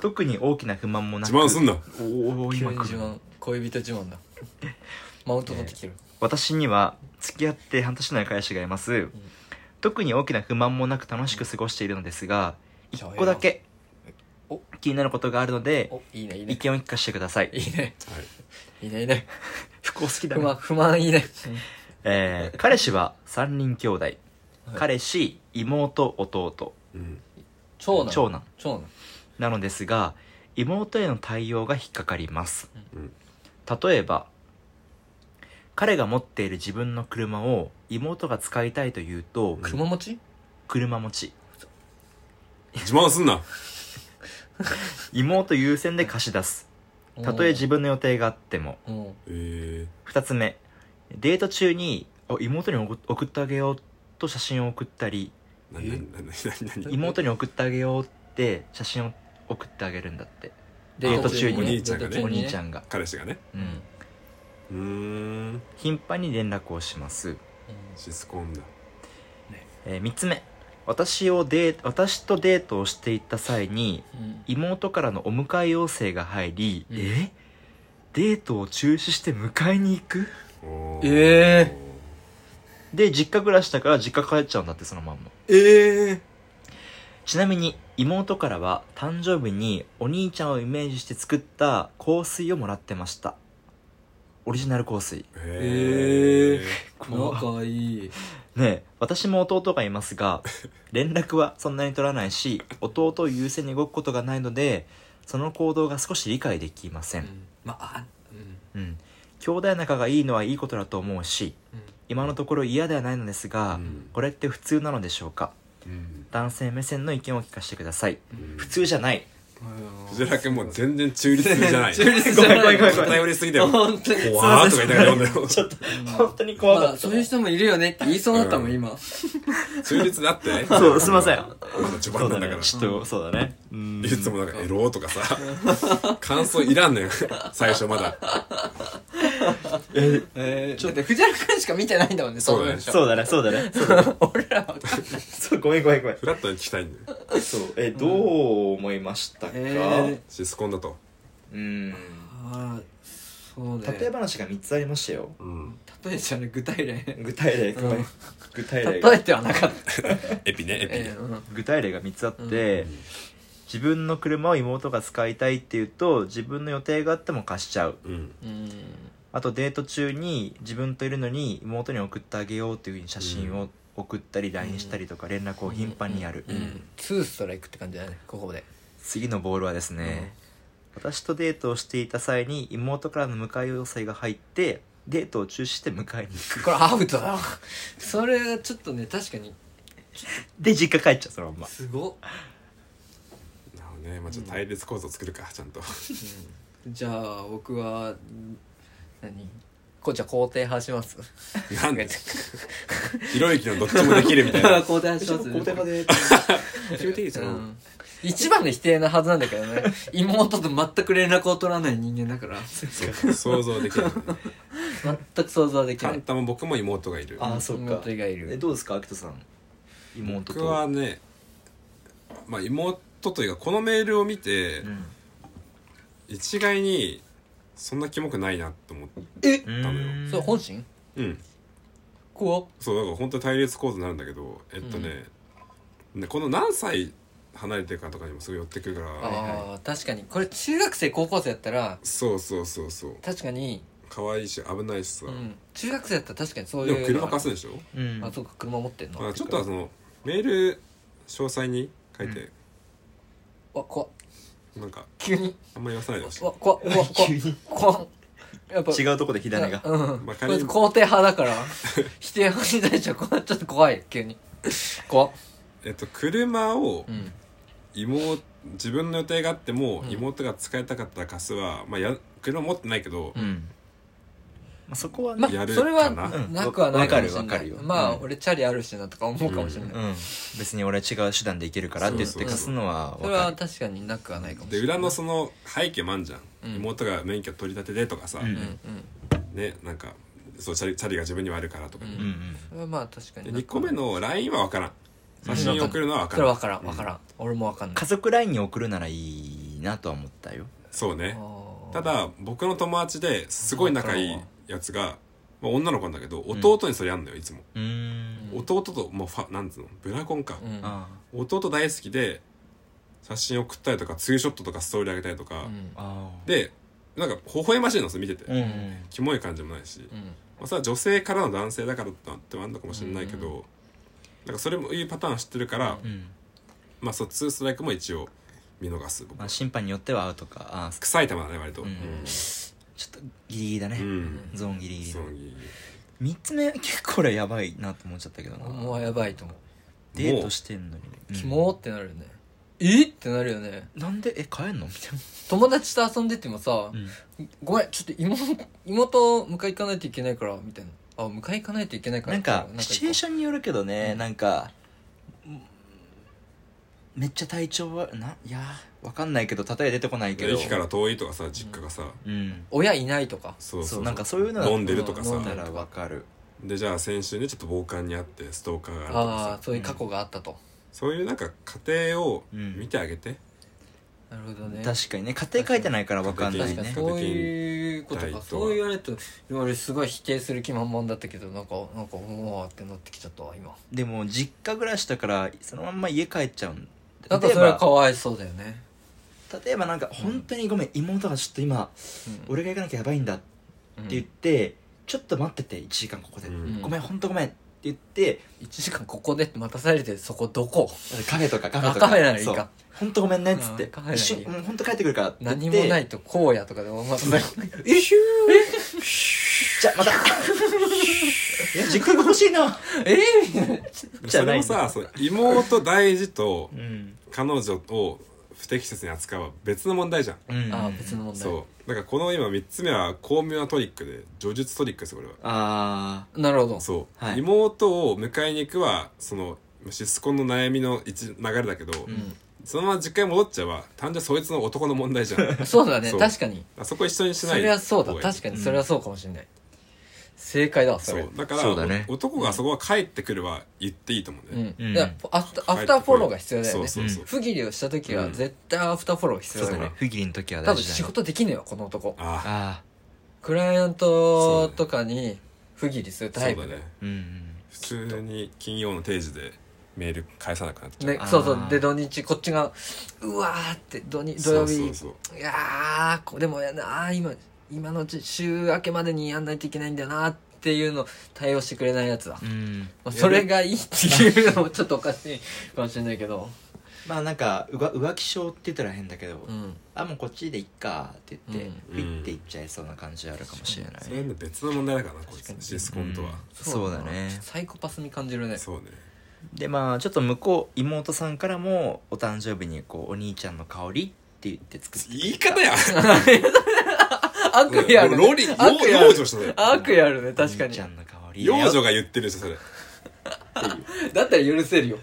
Speaker 1: 特に大きな不満もな
Speaker 2: 自
Speaker 1: く
Speaker 2: 慢すんな
Speaker 1: おお
Speaker 3: 急
Speaker 1: 今
Speaker 3: に
Speaker 1: 来る
Speaker 3: 自慢恋人自
Speaker 1: (laughs)
Speaker 3: 慢だマウント取ってきてる、
Speaker 1: 私には付き合って半年の彼氏がいます、特に大きな不満もなく楽しく過ごしているのですが
Speaker 3: 一
Speaker 1: 1個だけ
Speaker 3: お
Speaker 1: 気になることがあるので
Speaker 3: おいいねいい
Speaker 1: 意
Speaker 3: ね
Speaker 1: 見を聞かせてください
Speaker 3: いいね
Speaker 2: はい
Speaker 3: いいねいいね
Speaker 1: 不幸好き
Speaker 3: 不満不満いいね
Speaker 1: えー彼氏は三人兄弟、
Speaker 3: はい
Speaker 1: 彼氏妹弟
Speaker 2: うん
Speaker 3: 長男
Speaker 1: 長男
Speaker 3: 長男
Speaker 1: なのですが妹への対応が引っかかります、
Speaker 2: うん
Speaker 1: 例えば彼が持っている自分の車を妹が使いたいと言うと、
Speaker 2: うん
Speaker 3: 熊持ち
Speaker 1: 車持ち
Speaker 2: 自慢すんな
Speaker 1: 妹優先で貸し出すたとえ自分の予定があっても
Speaker 3: 分
Speaker 2: え
Speaker 1: 2つ目デート中にあ妹に送送ってあげようと写真を送ったり
Speaker 2: えなになになになになに
Speaker 1: 妹に送ってあげようって写真を送ってあげるんだって
Speaker 3: デ
Speaker 1: ート中に
Speaker 2: お兄ちゃんがね
Speaker 1: お兄ちゃんが、
Speaker 2: 彼氏がね
Speaker 1: うん、
Speaker 2: うーん
Speaker 1: 頻繁に連絡をします、
Speaker 2: シスコンだ
Speaker 1: え3つ目私をデー私とデートをしていた際に妹からのお迎え要請が入り、
Speaker 3: うん
Speaker 1: えデートを中止して迎えに行く
Speaker 2: おー
Speaker 3: え
Speaker 1: で実家暮らしだから実家帰っちゃうんだってそのまんま
Speaker 3: ええ
Speaker 1: ちなみに妹からは誕生日にお兄ちゃんをイメージして作った香水をもらってましたオリジナル香水
Speaker 2: え
Speaker 3: え
Speaker 2: え
Speaker 3: 仲いい
Speaker 1: ねえ私も弟がいますが (laughs) 連絡はそんなに取らないし弟を優先に動くことがないのでその行動が少し理解できません、
Speaker 3: まあうん
Speaker 1: うん、兄弟仲がいいのはいいことだと思うし今のところ嫌ではないのですが、
Speaker 2: うん
Speaker 1: これって普通なのでしょうか
Speaker 2: うん
Speaker 1: 男性目線の意見を聞かせてください
Speaker 2: うん
Speaker 1: 普通じゃ
Speaker 2: (laughs)
Speaker 1: ない
Speaker 2: 藤原君もう全然中立じゃない
Speaker 3: 中立じゃない
Speaker 1: ごめん
Speaker 2: (laughs)
Speaker 1: ごめんごめん
Speaker 2: 偏りすぎだよ
Speaker 3: 本当に
Speaker 2: 怖ーとか言いながら読んだよ
Speaker 1: ちょっと本当に怖
Speaker 3: ま
Speaker 1: か
Speaker 3: あ
Speaker 1: った、
Speaker 3: そういう人もいるよねって言いそうだったもん今
Speaker 2: 中立だって
Speaker 1: (laughs) そうすいません
Speaker 2: まだ序
Speaker 1: そうだ
Speaker 2: 盤なんだか
Speaker 1: ね
Speaker 2: ら
Speaker 1: ちょっとそうだねうん
Speaker 2: いつもなんかエローとかさ感想いらんねん最初まだ
Speaker 3: ええだって藤原君しか見てないんだもんね
Speaker 2: そうだね
Speaker 3: んなの
Speaker 1: そうだねそうだ
Speaker 2: (laughs)
Speaker 1: ねそう
Speaker 3: (laughs) 俺らは
Speaker 1: そうごめんごめんごめん
Speaker 2: フラットに聞きたいんだよ
Speaker 1: そうえどう思いましたか、
Speaker 3: え
Speaker 2: シスコンだと
Speaker 1: うん
Speaker 3: ああそうだ
Speaker 1: 例え話が3つありましたよ
Speaker 2: うん
Speaker 3: 例えじゃね具体例
Speaker 1: 具体例、
Speaker 3: うん
Speaker 1: 具体例
Speaker 3: 例
Speaker 1: が
Speaker 3: えてはなかった
Speaker 2: エピねエピ
Speaker 3: え
Speaker 2: ね
Speaker 3: えうん
Speaker 1: 具体例が3つあって、
Speaker 2: ん
Speaker 1: 自分の車を妹が使いたいっていうと自分の予定があっても貸しちゃう
Speaker 2: うん
Speaker 3: うん
Speaker 1: あとデート中に自分といるのに妹に送ってあげようっていうふうに写真を送ったり LINE したりとか連絡を頻繁にやる、
Speaker 3: うんツーストライクって感じだねここで
Speaker 1: 次のボールはですね、私とデートをしていた際に妹からの迎え要請が入ってデートを中止して迎えに行く
Speaker 3: これアウトだわそれはちょっとね確かに
Speaker 1: で実家帰っちゃうそのまんます
Speaker 3: ごっ、
Speaker 2: なるほどねまあちょっと対立構造作るかちゃんと
Speaker 3: じゃあ僕はん何こうちゃん肯定派します
Speaker 2: なん
Speaker 1: (laughs)
Speaker 2: でひろゆきのどっちもできるみたいな
Speaker 3: 肯定派します
Speaker 1: で
Speaker 2: 決めていいじゃ
Speaker 3: うんん一番の否定なはずなんだけどね妹と全く連絡を取らない人間だから
Speaker 2: そう想像できる
Speaker 3: 全く想像でき
Speaker 2: カ
Speaker 3: な
Speaker 2: ン
Speaker 3: い
Speaker 2: タも僕も妹がいる
Speaker 1: あそうか
Speaker 3: 妹以外い
Speaker 1: え
Speaker 3: る
Speaker 1: どうですかアキトさん妹と
Speaker 2: 僕はねまあ妹というかこのメールを見て
Speaker 1: うん
Speaker 2: 一概にそんなキモくないなと思って
Speaker 3: え
Speaker 1: うん
Speaker 3: そう本心
Speaker 2: うん
Speaker 3: 怖っ
Speaker 2: そうだから本当に対立構図になるんだけどえっとね、ねこの何歳離れてるかとかにもすごい寄ってくるから
Speaker 1: はい
Speaker 3: あー確かにこれ中学生高校生やったら
Speaker 2: そうそうそうそう
Speaker 3: 確かに、
Speaker 2: 可愛いし危ないしさ、
Speaker 3: うん、中学生やったら確かにそうい
Speaker 2: で
Speaker 3: う
Speaker 2: も車貸すんでしょ、
Speaker 1: うん
Speaker 3: あそうか車持ってんの
Speaker 2: まあ、ちょっとはそのメール詳細に書いて、
Speaker 3: わ怖っ
Speaker 2: なんか
Speaker 3: 急に
Speaker 2: あんまり言わさないでほしい
Speaker 3: わ怖っ怖っ怖っ
Speaker 1: (laughs) (laughs) 急に
Speaker 3: 怖っやっぱ
Speaker 1: 違うとこで火種が
Speaker 3: うん、
Speaker 2: まあ
Speaker 3: こ
Speaker 2: 仮
Speaker 3: い
Speaker 2: に
Speaker 3: つ肯定派だから (laughs) 否定派に対してはこうちょっと怖い
Speaker 1: (laughs)
Speaker 3: 急に怖っ
Speaker 2: えっと車を
Speaker 3: うん
Speaker 2: 妹自分の予定があっても
Speaker 3: うん
Speaker 2: 妹が使いたかったら貸すは、まあ、や車持ってないけど、
Speaker 1: うんあ、そこはね、
Speaker 3: まあ
Speaker 2: やる
Speaker 3: それは
Speaker 2: かな
Speaker 1: うん
Speaker 3: なくはないかもしれ
Speaker 1: わか
Speaker 3: な
Speaker 1: る
Speaker 3: い
Speaker 1: わかるよ
Speaker 3: まあ
Speaker 1: うん
Speaker 3: 俺チャリあるしなとか思うかもしれ
Speaker 1: う
Speaker 3: ない
Speaker 1: ん、別に俺は違う手段でいけるからって言っ
Speaker 2: そ
Speaker 1: て
Speaker 2: うそうそ
Speaker 1: 貸す
Speaker 2: う
Speaker 1: のは
Speaker 3: そ
Speaker 1: 分
Speaker 3: れ
Speaker 1: か
Speaker 3: は
Speaker 1: る
Speaker 3: 確かになくはないかもし
Speaker 2: で
Speaker 3: れない
Speaker 2: 裏のその背景もあんじゃん、
Speaker 3: うん
Speaker 2: 妹が免許取り立てでとかさ、
Speaker 1: うん
Speaker 3: うんうん
Speaker 2: ねなんかそうチャリチャリが自分にはあるからとか、
Speaker 3: うん
Speaker 1: うんうん
Speaker 3: それはまあ確かに
Speaker 2: で2個目の LINE は分からん写真送るのは分
Speaker 3: そ
Speaker 2: か
Speaker 3: れ
Speaker 2: らん、
Speaker 3: は分からん分からん俺も分かんない
Speaker 1: 家族 LINE に送るならいいなとは思ったよ
Speaker 2: そうね
Speaker 3: あー
Speaker 2: ただ僕の友達ですごい仲いいやつが、まあ、女の子なんだけど
Speaker 1: ん
Speaker 2: 弟にそれやんのよいつも、
Speaker 1: うーん
Speaker 3: うん
Speaker 2: 弟ともうファなんつうのブラコンか
Speaker 3: う、ん
Speaker 1: あ
Speaker 2: 弟大好きで写真送ったりとかツーショットとかストーリー上げたりとか、
Speaker 3: うん
Speaker 1: あああ
Speaker 2: でなんか微笑ましいのさ見てて、
Speaker 1: うんうん
Speaker 2: キモい感じもないし、
Speaker 3: うん
Speaker 2: まあ、それは女性からの男性だからってのってもあるのかもしれないけど、
Speaker 3: うん
Speaker 2: なんかそれもいうパターン知ってるから、
Speaker 1: うん
Speaker 2: まあそうツーストライクも一応見逃す僕
Speaker 1: まあ審判によってはアウトかああちょ
Speaker 2: 臭い球だね割と
Speaker 1: う
Speaker 2: うんん、
Speaker 1: っとギリギリだね、
Speaker 2: うん
Speaker 1: ゾーンギリギリ
Speaker 2: そ
Speaker 1: だ
Speaker 2: うい
Speaker 1: 3つ目結構これやばいなと思っちゃったけどな
Speaker 3: もうやばいと思う
Speaker 1: デートしてんのにね
Speaker 3: キモーってなるよねえってなるよね
Speaker 1: うんなんでえ帰んのみたい
Speaker 3: 友達と遊んでてもさ
Speaker 1: な、
Speaker 3: ごめんちょっと妹妹を迎え行かないといけないからみたいなあ迎え行かないといけないから
Speaker 1: なんかシチュエーシ
Speaker 3: ョン
Speaker 1: ョンによるけどね、
Speaker 3: うん
Speaker 1: なんかうんめっちゃ体調はないやわかんないけど例え出てこないけど
Speaker 2: 駅から遠いとかさ実家がさ、
Speaker 1: うん
Speaker 3: 親いないとか
Speaker 2: そう
Speaker 1: そう
Speaker 2: そうそう
Speaker 1: なんかそういうのだ
Speaker 2: 飲んでるとかさ
Speaker 3: 飲ん
Speaker 1: な
Speaker 3: だ
Speaker 1: らわかる
Speaker 2: でじゃあ先週ねちょっと暴漢にあってストーカーがあるとか
Speaker 3: ああ
Speaker 2: さ
Speaker 3: そういう過去があったと、
Speaker 2: そういうなんか家庭を見てあげて、
Speaker 3: なるほどね
Speaker 1: 確かにね家庭書いてないからわかんない
Speaker 3: 確か
Speaker 1: ね
Speaker 3: に
Speaker 2: 家庭
Speaker 3: そういうことかそう言われると今俺すごい否定する気満々だったけどなんかなんかうわーってなってきちゃったわ今
Speaker 1: でも実家暮らしだからそのまんま家帰っちゃうん
Speaker 3: なんか
Speaker 1: 例え
Speaker 3: それはか
Speaker 1: ば
Speaker 3: わいそうだよね、
Speaker 1: 例えばなんか本当にごめん妹がちょっと今
Speaker 3: うん、
Speaker 1: 俺が行かなきゃやばいんだって
Speaker 3: うん
Speaker 1: 言って、ちょっと待ってて1時間ここで、
Speaker 2: うん
Speaker 1: ごめん本当ごめんって言って
Speaker 3: 1時間ここで待たされてそこどこ
Speaker 1: カフェとかカフェ
Speaker 3: あ
Speaker 1: とか
Speaker 3: カフェならいい
Speaker 1: そう
Speaker 3: か
Speaker 1: 本当ごめんねっつっ
Speaker 3: う
Speaker 1: て
Speaker 3: んカフェならいい
Speaker 1: 一瞬もう本当帰ってくるからって言って
Speaker 3: 何もないとこうやとかでもまた
Speaker 1: えひゅーじゃ
Speaker 3: (laughs)
Speaker 1: あまたいや実家が欲しいな
Speaker 3: えみたいな
Speaker 1: じゃ
Speaker 2: そ
Speaker 1: な
Speaker 2: れ
Speaker 1: い
Speaker 2: もさその妹大事と
Speaker 1: うん、
Speaker 2: 彼女を不適切に扱うは別の問題じゃん、
Speaker 1: うん、
Speaker 3: ああ別の問題
Speaker 2: そうだからこの今3つ目は巧妙なトリックで叙述トリックですこれは
Speaker 1: あ
Speaker 3: なるほど
Speaker 2: そう、
Speaker 1: はい
Speaker 2: 妹を迎えに行くはそのシスコンの悩みの一流れだけど、そのまま実家に戻っちゃえば単純にそいつの男の問題じゃん
Speaker 3: (laughs)
Speaker 2: だか
Speaker 3: そうだね
Speaker 2: そう
Speaker 3: 確かに
Speaker 2: らそこ一緒にしない
Speaker 3: それはそうだ
Speaker 2: 方がいい
Speaker 3: 確かにそれはそうかもしれない、正解だわそ
Speaker 2: そ
Speaker 3: れ
Speaker 2: うだから
Speaker 1: そうだね
Speaker 2: お男がそこは帰ってくるは言っていいと思う
Speaker 3: う
Speaker 2: ね、
Speaker 3: ん、
Speaker 1: うん
Speaker 3: いやアフターアフターフォローが必要だよね
Speaker 2: そうそうそう、
Speaker 3: 不義理をした時は絶対アフターフォロー必
Speaker 1: ー
Speaker 3: 要
Speaker 1: そう
Speaker 3: だ
Speaker 1: だ
Speaker 3: から、
Speaker 1: ね不義理の時は
Speaker 3: 多
Speaker 1: 大
Speaker 3: 分
Speaker 1: 事
Speaker 3: 仕
Speaker 1: だね
Speaker 3: 事できねえよこの男
Speaker 2: あ
Speaker 1: あ
Speaker 3: クライアントとかに不義理する
Speaker 2: あ
Speaker 3: タ
Speaker 2: そ
Speaker 3: イ
Speaker 2: う
Speaker 3: プ
Speaker 2: だ
Speaker 3: で
Speaker 2: ね
Speaker 1: あうん
Speaker 2: 普通に金曜の定時でメール返さなくなっちゃう、
Speaker 3: ね
Speaker 1: あー
Speaker 3: そうそうで土日こっちがうわーって土日土曜日
Speaker 2: そうそう
Speaker 3: いやーこでもやなあー今今のうち週明けまでにやんないといけないんだよなっていうの対応してくれないやつだ、
Speaker 1: うんうん
Speaker 3: まあ、それがいいっていうのもちょっとおかしいかもしれないけど
Speaker 1: まあなんかうわ浮気症って言ったら変だけど、
Speaker 3: うん
Speaker 1: あもうこっちでいっかって言って、
Speaker 2: うん
Speaker 1: ピッていっちゃいそうな感じあるかもしれない、
Speaker 2: そうそれはね別の問題だからなこいつ
Speaker 3: 確かに
Speaker 2: シスコンとは、
Speaker 1: (laughs) そうだね
Speaker 3: サイコパスに感じるね
Speaker 2: そうね
Speaker 1: でまあちょっと向こう妹さんからもお誕生日にこうお兄ちゃんの香りって言って作って
Speaker 2: 言い方や
Speaker 3: (laughs) 悪意ある、ね、
Speaker 2: ロリ
Speaker 3: 悪
Speaker 2: 養
Speaker 3: 意ある
Speaker 2: 女したね
Speaker 3: 悪意あるね確か
Speaker 1: お兄
Speaker 3: に
Speaker 1: ちゃんの香り
Speaker 2: 養女が言ってるでしょそれ
Speaker 3: だったら許せるよ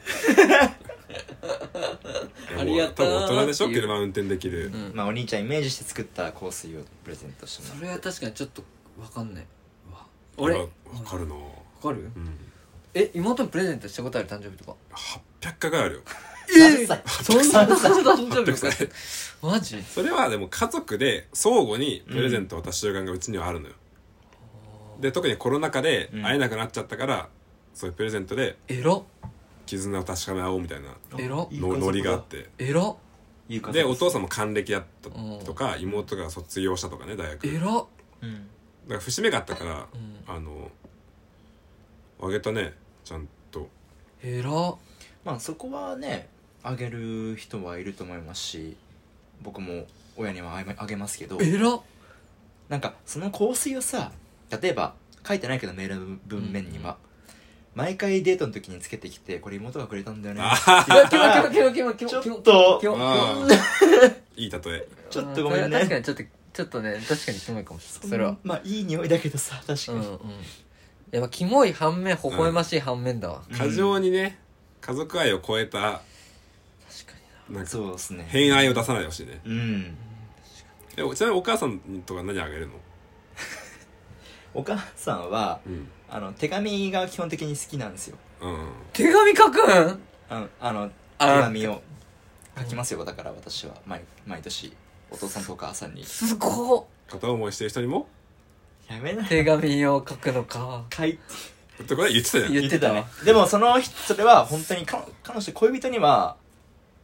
Speaker 3: ありがとう
Speaker 2: も多分大人でしょ
Speaker 3: っていう
Speaker 2: 車運転できる、
Speaker 3: ん
Speaker 1: まあお兄ちゃんイメージして作った香水をプレゼントしてもら
Speaker 3: そうれは確かにちょっとわかんないわ
Speaker 2: 俺
Speaker 3: 俺わ
Speaker 2: わかるな
Speaker 3: かる
Speaker 2: うん
Speaker 3: え妹にプレゼントしたことある誕生日とか
Speaker 2: 800回ぐらいあるよ
Speaker 1: 何歳
Speaker 3: そんな誕生日
Speaker 2: 800
Speaker 3: とか
Speaker 2: 歳
Speaker 3: マジ
Speaker 2: それはでも家族で相互にプレゼントを渡す習慣がうちにはあるのよ、で特にコロナ禍で
Speaker 1: うん
Speaker 2: 会えなくなっちゃったから、そういうプレゼントで
Speaker 3: エロ
Speaker 2: 絆を確かめ合おうみたいな
Speaker 3: エロ
Speaker 1: いい
Speaker 2: の
Speaker 1: 家族だ
Speaker 2: ノリがあって
Speaker 3: エロ
Speaker 1: いい
Speaker 2: でお父さんも還暦だった
Speaker 3: うん
Speaker 2: とか妹が卒業したとかね大学
Speaker 3: エロ
Speaker 1: うん
Speaker 2: だから節目があったから、
Speaker 3: ん
Speaker 2: あのあげたねちゃんと
Speaker 3: エロ
Speaker 1: まあそこはねあげる人はいると思いますし僕も親にはあげあげますけど
Speaker 3: エロ
Speaker 1: なんかその香水をさ例えば書いてないけどメールの文面には、毎回デートの時につけてきてこれ妹がくれたんだよねって言ったら
Speaker 3: キモキモキモキモキモ
Speaker 1: ちょっと
Speaker 3: キモ
Speaker 2: ああいい例え
Speaker 1: ちょっとごめんね
Speaker 3: 確かにちょっとちょっとね確かにキモいかもしれないそれ
Speaker 1: ん
Speaker 3: は
Speaker 1: まあいい匂いだけどさ確
Speaker 3: う
Speaker 1: か
Speaker 3: んう
Speaker 1: に、
Speaker 3: んいやまあキモい反面微笑ましい反面だわ、
Speaker 2: 過剰にね家族愛を超えた
Speaker 3: 確かにな
Speaker 2: なんか
Speaker 1: そうですね
Speaker 2: 偏愛を出さないでほしいね
Speaker 1: うん
Speaker 2: えちなみにお母さんとか何あげるの
Speaker 1: お母さんは
Speaker 2: うん
Speaker 1: あの手紙が基本的に好きなんですよ
Speaker 2: うん
Speaker 3: 手紙書くん
Speaker 1: あのあの
Speaker 3: あ
Speaker 1: 手紙を書きますよだから私は毎毎年お父さんとお母さんに
Speaker 3: すごっ
Speaker 2: 片思いしてる人にも
Speaker 1: やめない
Speaker 3: 手紙を書くのか
Speaker 1: 書いて
Speaker 2: だってこれ言ってたじゃん
Speaker 3: 言ってたわ
Speaker 1: ねでもその人それは本当にか彼女恋人には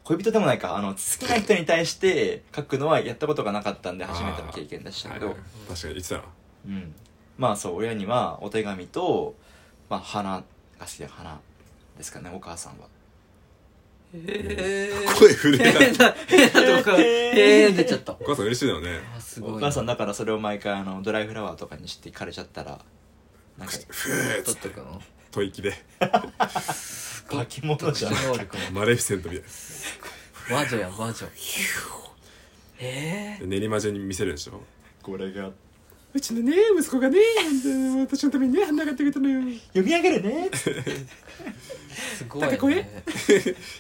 Speaker 1: 恋人でもないかあの好きな人に対して書くのはやったことがなかったんで初めての経験でした
Speaker 2: は
Speaker 1: け
Speaker 2: いは
Speaker 1: ど
Speaker 2: い、確かに言ってたな
Speaker 1: うん、まあそう親にはお手紙と、まあ、花が好きな花ですかねお母さんは
Speaker 3: へえ
Speaker 2: 声震え
Speaker 3: 変 (laughs)
Speaker 2: た
Speaker 3: な変なとこへえ出ちゃった
Speaker 2: お母さん嬉しいだよね
Speaker 3: あすごい
Speaker 1: お
Speaker 3: な
Speaker 1: 母さんだからそれを毎回あのドライフラワーとかにして枯れちゃったらなんか
Speaker 2: ふーっつ
Speaker 3: 取
Speaker 2: っ
Speaker 3: ってとくの
Speaker 2: 吐息で
Speaker 1: 化け物
Speaker 3: 特
Speaker 1: じゃ
Speaker 3: 殊
Speaker 1: ん
Speaker 3: (laughs) 能力も
Speaker 2: マレフィセントみたい
Speaker 3: 魔女や魔女ええ
Speaker 2: で練馬中に見せるでしょ
Speaker 1: これが
Speaker 2: うちのね息子がね私のためにね花がってくれたのよ
Speaker 1: 読み上げるね
Speaker 3: すごい
Speaker 2: 立てこい
Speaker 3: ね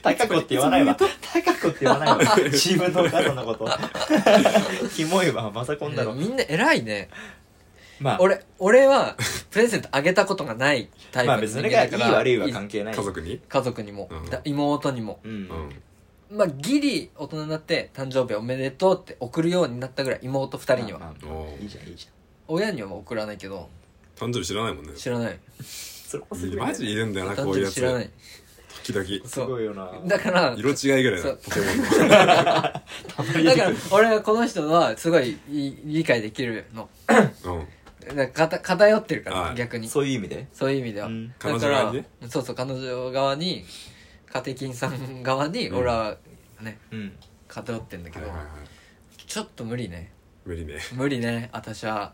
Speaker 1: 高子って言わないわ高子って言わない
Speaker 3: (laughs)
Speaker 1: わ自分のお母さんのこと (laughs) キモいわマサコンだろ
Speaker 3: ねみんな偉いね
Speaker 1: まあ
Speaker 3: 俺俺はプレゼントあげたことがないタイプ
Speaker 1: まあ
Speaker 3: の
Speaker 1: 別
Speaker 3: 人
Speaker 1: に
Speaker 3: 間
Speaker 1: それが
Speaker 3: だ
Speaker 1: いい
Speaker 3: から
Speaker 1: 悪いは関係ない
Speaker 2: 家族に
Speaker 3: 家族にも、
Speaker 2: うん
Speaker 3: だ妹にも
Speaker 1: う
Speaker 2: うんん
Speaker 3: まあギリ大人になって誕生日おめでとうって送るようになったぐらい妹二人には、
Speaker 1: まあまあまあ
Speaker 2: おー
Speaker 1: いいじゃんいいじゃん
Speaker 3: 親には送らないけど
Speaker 2: 誕生日知らないもんね
Speaker 3: 知らない
Speaker 1: それこそすごいね
Speaker 2: マジいるんだよなこ
Speaker 3: 誕
Speaker 2: ういうや
Speaker 3: 生日
Speaker 2: つ
Speaker 3: 知らない
Speaker 2: 時々
Speaker 1: すご
Speaker 3: そ
Speaker 1: いよな
Speaker 3: うだから
Speaker 2: 色違いぐらい
Speaker 3: そ
Speaker 2: だ
Speaker 3: う
Speaker 2: ポケモンの
Speaker 1: たまに出
Speaker 3: だ
Speaker 1: て
Speaker 3: か
Speaker 1: く
Speaker 3: ら
Speaker 1: る
Speaker 3: 俺はこの人はすごいい理解できるの
Speaker 2: うん
Speaker 3: なんかた偏ってるから、
Speaker 2: はい
Speaker 3: 逆にそ
Speaker 1: そういう意味で
Speaker 3: ういう意味では、
Speaker 1: うん
Speaker 2: 彼
Speaker 3: だ
Speaker 2: 女側
Speaker 3: から
Speaker 2: にね
Speaker 3: そうそう彼女側に家庭金さん側に
Speaker 2: うん
Speaker 3: 俺はね、
Speaker 1: うん
Speaker 3: 偏ってんだけ
Speaker 2: はい
Speaker 3: ど、
Speaker 2: はいはい
Speaker 3: ちょっと無理ね
Speaker 2: 無理ね
Speaker 3: 無理ね私は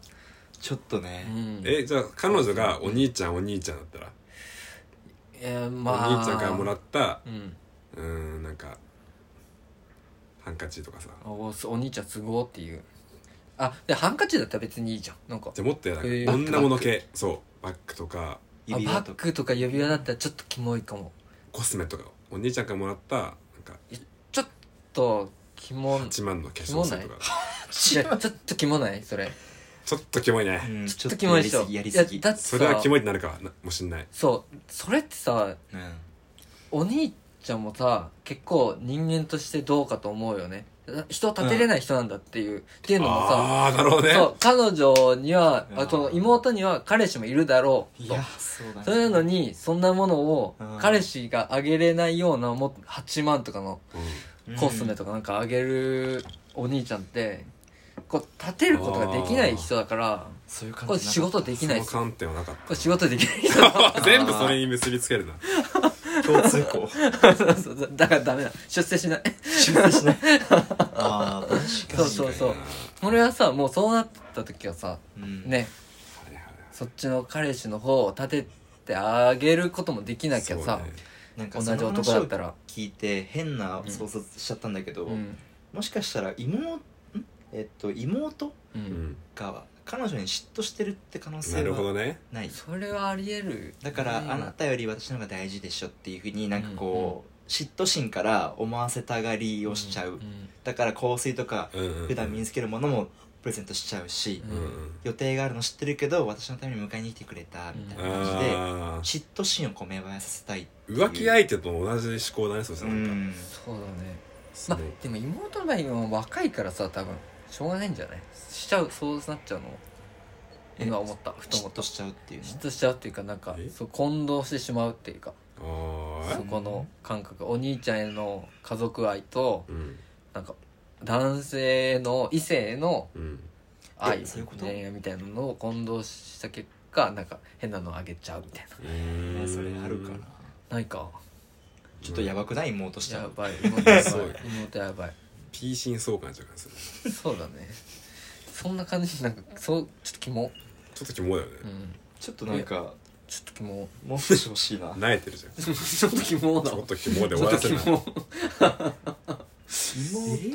Speaker 1: ちょっと
Speaker 3: う
Speaker 1: ね
Speaker 3: ん
Speaker 2: えじゃあ彼女がお兄ちゃんお兄ちゃんだったら
Speaker 3: えー
Speaker 2: お
Speaker 3: まあ
Speaker 2: 兄ちゃんからもらった
Speaker 3: うん
Speaker 2: うーんなんかハンカチとかさ
Speaker 3: おすお兄ちゃんすごーっていうあでハンカチだったら別にいいじゃんなんか
Speaker 2: じゃあもっとやなんか
Speaker 3: へー
Speaker 2: 女物系そうバッグとか
Speaker 3: あ
Speaker 1: 指輪
Speaker 3: バ
Speaker 1: と
Speaker 3: ッ
Speaker 1: か
Speaker 3: グとか指輪だったらちょっとキモいかも
Speaker 2: コスメとかお兄ちゃんからもらったなんか
Speaker 3: ちょっとキモい
Speaker 2: 1万の化粧水とか
Speaker 3: やちょっとキモないそれ
Speaker 2: ちょっとキモいね
Speaker 1: うん
Speaker 3: ちょっとキモいでしょ
Speaker 1: やりすぎ
Speaker 3: いやだ
Speaker 1: や
Speaker 3: ってさ
Speaker 2: それはキモいってなるかなもしんない
Speaker 3: そうそれってさ
Speaker 1: りすぎうん
Speaker 3: お兄ちゃんもさ結構人間としてどうかと思うよね人を立てれない人なんだっていう、っていうのもさ
Speaker 2: ああーなるほどね
Speaker 3: そう彼女には
Speaker 1: うん
Speaker 3: あこの妹には彼氏もいるだろう
Speaker 1: い
Speaker 3: と
Speaker 1: やそうだね
Speaker 3: そういうのにそんなものを
Speaker 1: うん
Speaker 3: 彼氏があげれないようなもっと8万とかの
Speaker 1: うん
Speaker 3: コスメとかなんかあげるお兄ちゃんってこう立てることができない人だから
Speaker 1: そういう感じ
Speaker 3: これ仕事でき
Speaker 2: そ
Speaker 3: ない
Speaker 2: の
Speaker 3: っすこ
Speaker 2: 観点はなかっ
Speaker 3: れ仕事できない人
Speaker 2: た (laughs) 全部それに結びつけるな
Speaker 1: 共通
Speaker 3: (laughs)
Speaker 1: 項
Speaker 3: (laughs) そうそうそうだからダメだ出世しない
Speaker 1: 出世しないああ確かに
Speaker 3: そうそうそう
Speaker 2: 確かに
Speaker 3: 俺はさもうそうなった時はさ
Speaker 1: うん
Speaker 3: ね
Speaker 2: なはいはいはい
Speaker 3: そっちの彼氏の方を立ててあげることもできなきゃさ、
Speaker 2: そうね
Speaker 1: なんか
Speaker 3: 同
Speaker 1: そ
Speaker 3: じ
Speaker 1: の
Speaker 3: 男
Speaker 1: 話
Speaker 3: だ
Speaker 1: を
Speaker 3: ったら
Speaker 1: 聞いて変な想像しちゃったんだけど、
Speaker 3: うん
Speaker 1: もしかしたら妹んえっと妹
Speaker 2: う
Speaker 3: う
Speaker 2: んん
Speaker 1: が彼女に嫉妬してるって可能
Speaker 2: な
Speaker 1: 性
Speaker 2: るほ
Speaker 1: は
Speaker 2: どね
Speaker 1: ない
Speaker 3: それはありえる
Speaker 1: だから、
Speaker 3: うん
Speaker 1: あなたより私の方が大事でしょっていうふうになんかこう、嫉妬心から思わせたがりをしちゃう、
Speaker 3: ん
Speaker 1: だから香水とか
Speaker 2: うんうんうん
Speaker 1: 普段身につけるものもプレゼントしちゃうし、
Speaker 3: う
Speaker 2: うんうん
Speaker 1: 予定があるの知ってるけど私のために迎えに来てくれたみたいな感じで、
Speaker 2: あー
Speaker 1: 嫉妬心をこう芽生えさせたいっていう
Speaker 2: 浮気相手と同じ思考だねそした
Speaker 1: う
Speaker 2: らなんか
Speaker 1: ん
Speaker 3: そうだね
Speaker 2: そ
Speaker 3: まあ
Speaker 2: の
Speaker 3: でも妹の場合は若いからさ多分しょうがないんじゃないしちゃうそうなっちゃうの
Speaker 1: え
Speaker 3: 今思ったふと
Speaker 1: 嫉
Speaker 3: 思っ
Speaker 1: 妬
Speaker 3: た
Speaker 1: しちゃうっていうね
Speaker 3: 嫉妬しちゃうっていうかなんか
Speaker 2: え
Speaker 3: そう混同してしまうっていうか
Speaker 2: あー
Speaker 3: そこの感覚お兄ちゃんへの家族愛と
Speaker 2: うん
Speaker 3: なんか男性への異性への
Speaker 2: うん
Speaker 3: 愛
Speaker 1: えそういうこと
Speaker 3: 恋愛みたいなのを混同した結果なんか変なのあげちゃうみたいな
Speaker 2: うー
Speaker 1: ね
Speaker 2: ん
Speaker 1: それあるかな
Speaker 3: ないか
Speaker 1: ちょっとやばくない妹しちゃ
Speaker 3: や
Speaker 1: う
Speaker 3: ばい妹やば
Speaker 2: そう
Speaker 3: い妹やばい
Speaker 2: ピーシン相関じゃ感じする
Speaker 3: そうだねそんな感じなんかそうちょっとキモ
Speaker 2: ちょっとキモいよね
Speaker 3: うん
Speaker 1: ちょっとなんか
Speaker 3: ちょっとキモ
Speaker 1: もう少し欲しいな
Speaker 2: 慣れてるじゃん
Speaker 3: ちょっとキモ
Speaker 2: ちょっとキモで終
Speaker 3: ちょ
Speaker 2: わ
Speaker 3: っ
Speaker 2: ら
Speaker 3: と
Speaker 2: せ
Speaker 3: キ
Speaker 2: ない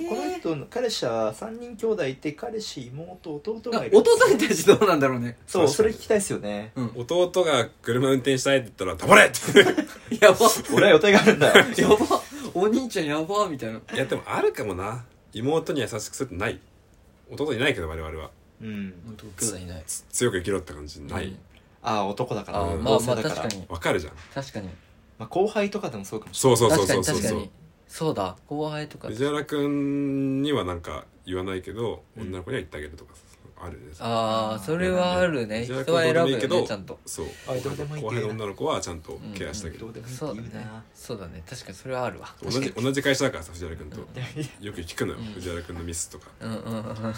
Speaker 3: モ
Speaker 1: この人の彼氏は3人兄弟いて彼氏妹弟がいる
Speaker 4: お父さんたちどうなんだろうね
Speaker 1: そうそれ聞きたいですよね
Speaker 2: 弟が車運転したいって言ったら「黙れ!」 (laughs) って
Speaker 4: やば
Speaker 1: 俺は予定があるんだ
Speaker 4: やばお兄ちゃんやばみたいない
Speaker 2: やでもあるかもな妹に優しくするってない弟いないけど我々は
Speaker 1: うん
Speaker 3: 男兄弟いない
Speaker 2: つ強く生きろって感じない、
Speaker 3: うん
Speaker 1: ああ男だから
Speaker 3: ああ
Speaker 2: うん
Speaker 3: まあ
Speaker 1: 同
Speaker 3: ま
Speaker 1: 性
Speaker 3: あ
Speaker 1: だ
Speaker 3: 確
Speaker 1: ら
Speaker 3: かに
Speaker 2: わかるじゃん
Speaker 3: 確かに
Speaker 1: まあ、後輩とかでもそうかもし
Speaker 2: そうそうそう
Speaker 3: 確か
Speaker 2: そうそう
Speaker 3: に確か
Speaker 2: そう
Speaker 3: にそうだ後輩とか
Speaker 2: 藤原君にはなんか言わないけど、
Speaker 1: うん
Speaker 2: 女の子には言ってあげるとかあるね
Speaker 3: ああそれはあるね人
Speaker 2: 藤原
Speaker 3: は選
Speaker 2: 君どうでもいいけど
Speaker 3: ぶよねちゃんと
Speaker 2: そう
Speaker 1: あどうでもいい
Speaker 2: 後輩の女の子はちゃんと
Speaker 3: ん
Speaker 2: ケアしてあ
Speaker 1: れな
Speaker 2: げ
Speaker 1: いどう
Speaker 2: る、
Speaker 1: でもいいって
Speaker 3: そうだ
Speaker 1: 言う
Speaker 3: ね
Speaker 1: な
Speaker 3: そうだね確かにそれはあるわ
Speaker 2: 同じ同じ会社だからさ藤原君と、
Speaker 3: う
Speaker 2: よく聞くのよ、
Speaker 3: うん
Speaker 2: 藤原君のミスとか
Speaker 3: うんうん (laughs) うんうん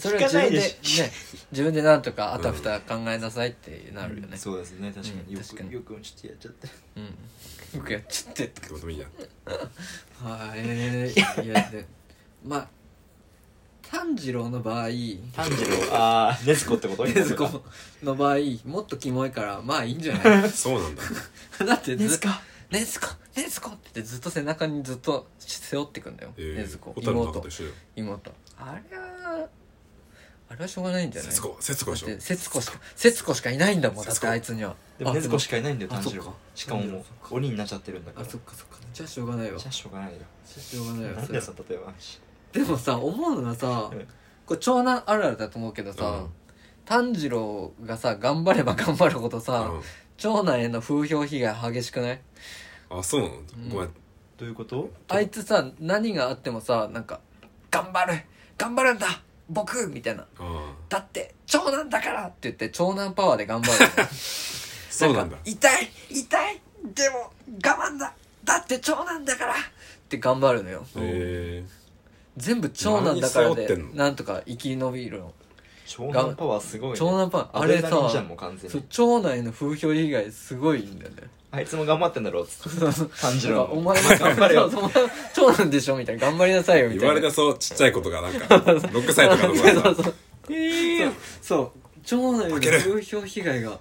Speaker 3: それは自分
Speaker 1: 聞
Speaker 3: で
Speaker 1: かないで
Speaker 3: ね
Speaker 1: し
Speaker 3: 自分でなんとかあたふた考えなさいってなるよね
Speaker 1: そうですね確か
Speaker 3: うん
Speaker 1: によ
Speaker 3: 確
Speaker 1: く
Speaker 3: かに
Speaker 1: よくうんちってやっちゃって
Speaker 3: うんよくやっちゃってとか
Speaker 2: どうでもいいや
Speaker 3: (laughs) はいいやでまあ炭治郎の場合
Speaker 1: 炭治郎ああ禰豆子ってこと
Speaker 3: 禰豆子の場合もっとキモいからまあいいんじゃない (laughs)
Speaker 2: そうなんだ
Speaker 3: だって
Speaker 1: 禰豆
Speaker 3: ずっと
Speaker 1: 子
Speaker 3: 「禰豆子禰豆子」って言ってずっと背中にずっと背負ってくんだよ禰
Speaker 2: え
Speaker 3: 豆
Speaker 2: ー、
Speaker 3: 子
Speaker 2: 小樽の中と
Speaker 3: 妹
Speaker 2: 一緒よ
Speaker 3: 妹あれはあれはしょうがないんじゃない
Speaker 2: 節子節子
Speaker 3: だ
Speaker 2: で
Speaker 3: っ
Speaker 2: しょ
Speaker 3: て節子しか節子しかいないんだもんだってあいつには
Speaker 1: でも禰豆子し
Speaker 3: か
Speaker 1: かいないんだよ
Speaker 3: あ
Speaker 1: 炭治郎
Speaker 3: そっか
Speaker 1: しかももう鬼になっちゃってるんだか
Speaker 3: あ
Speaker 1: ら
Speaker 3: そっかそっかじゃあしょうがないわ
Speaker 1: じ
Speaker 3: じ
Speaker 1: ゃ
Speaker 3: ゃ
Speaker 1: あしょうがないよ
Speaker 3: あしょうがないわ
Speaker 1: なん
Speaker 3: そ
Speaker 1: だ
Speaker 3: れ
Speaker 1: よその例えば
Speaker 3: でもさ思うのはさ
Speaker 1: うん
Speaker 3: これ長男あるあるだと思うけどさ、
Speaker 2: うん
Speaker 3: 炭治郎がさ頑張れば頑張るほどさ、
Speaker 2: う
Speaker 3: 長男への風評被害激しくない
Speaker 2: ん、あそうなの、
Speaker 3: ん
Speaker 2: ごめん
Speaker 1: どういうこと
Speaker 3: あいつさ何があってもさなんか「頑張る頑張るんだ僕!」みたいな
Speaker 2: あ
Speaker 3: 「だって長男だから!」って言って長男パワーで頑張る
Speaker 2: ーそうなんだ
Speaker 3: か痛い痛いでも我慢だだって長男だからって頑張るのよ
Speaker 2: え
Speaker 3: 全部長男だから
Speaker 2: 何背
Speaker 3: で
Speaker 2: 負ってんの
Speaker 3: なんとか生き延びるの
Speaker 1: 長男パワーすごいね
Speaker 3: 長男パワーあ
Speaker 1: ア
Speaker 3: れ
Speaker 1: ドレ
Speaker 3: さ
Speaker 1: ナリンじゃんもう完全
Speaker 3: そう
Speaker 1: に
Speaker 3: 町内の風評被害すごいんだよね
Speaker 1: あいつも頑張ってんだろ
Speaker 3: (laughs)
Speaker 1: うっつって炭治郎
Speaker 3: お
Speaker 1: も
Speaker 3: 前も頑張れよ
Speaker 1: そ
Speaker 3: 長男でしょみたいな頑張りなさいよみ
Speaker 2: ー、
Speaker 3: た
Speaker 2: 言
Speaker 3: い
Speaker 2: わ
Speaker 3: な
Speaker 2: れたそうちっちゃいことがなんか6歳とかの
Speaker 3: (laughs) そ
Speaker 2: 頃
Speaker 3: う
Speaker 2: さ
Speaker 3: そうそうそう長男の風評被
Speaker 2: (laughs)
Speaker 3: 害が
Speaker 2: バ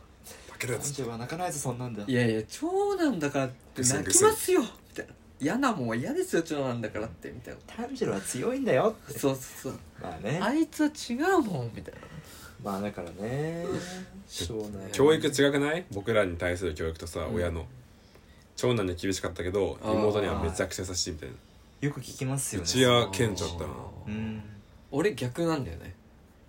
Speaker 2: ケるや
Speaker 1: 炭
Speaker 2: つ
Speaker 1: 治郎は泣かないぞそんなんだ
Speaker 3: いやいや長男だからって泣きますよみたいな嫌なもんは嫌ですよ長男だからってみたいな
Speaker 1: 炭治郎は強いんだよって
Speaker 3: そうそうそう
Speaker 1: まあね
Speaker 3: あいつは違うもんみたいな
Speaker 1: まあだからね長男
Speaker 2: 教育違くない僕らに対する教育とさ、親の長男には厳しかったけど
Speaker 3: あー
Speaker 2: 妹にはめちゃくちゃ優しいみたいな
Speaker 1: よく聞きますよ
Speaker 2: う
Speaker 1: ね
Speaker 2: ちは顕著だったな
Speaker 1: うん
Speaker 3: 俺逆なんだよね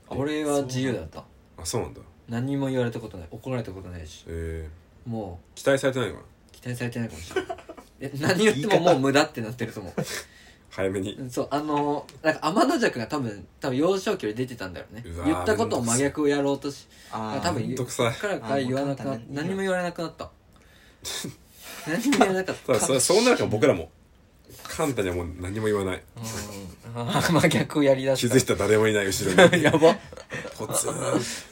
Speaker 3: 俺は自由だった
Speaker 2: あそうなんだ
Speaker 3: 何も言われたことない怒られたことないし
Speaker 2: え
Speaker 3: も
Speaker 2: ー、期待されてないのかな
Speaker 3: う期待されてないかもしれ
Speaker 2: (laughs)
Speaker 3: ないえ何言ってももう無駄ってなってると思
Speaker 2: 早めに
Speaker 3: うそうあのーなんか天の弱が多分多分幼少期より出てたんだよね
Speaker 2: うわー
Speaker 3: 言ったことを真逆をやろうとし
Speaker 1: あー
Speaker 3: 多
Speaker 2: め
Speaker 3: 分
Speaker 2: んどくさい
Speaker 3: 彼から言わなくな
Speaker 1: あーもう簡単に
Speaker 3: 何も言われなくなった
Speaker 2: (laughs)
Speaker 3: 何も言われなかった
Speaker 2: ただそそうなるから僕らも簡単にはもう何も言わない
Speaker 3: うんあー真逆をやりだ
Speaker 2: 気
Speaker 3: し
Speaker 2: づい
Speaker 3: た
Speaker 2: たら誰もいない後ろに
Speaker 3: (laughs) やば
Speaker 2: ポツン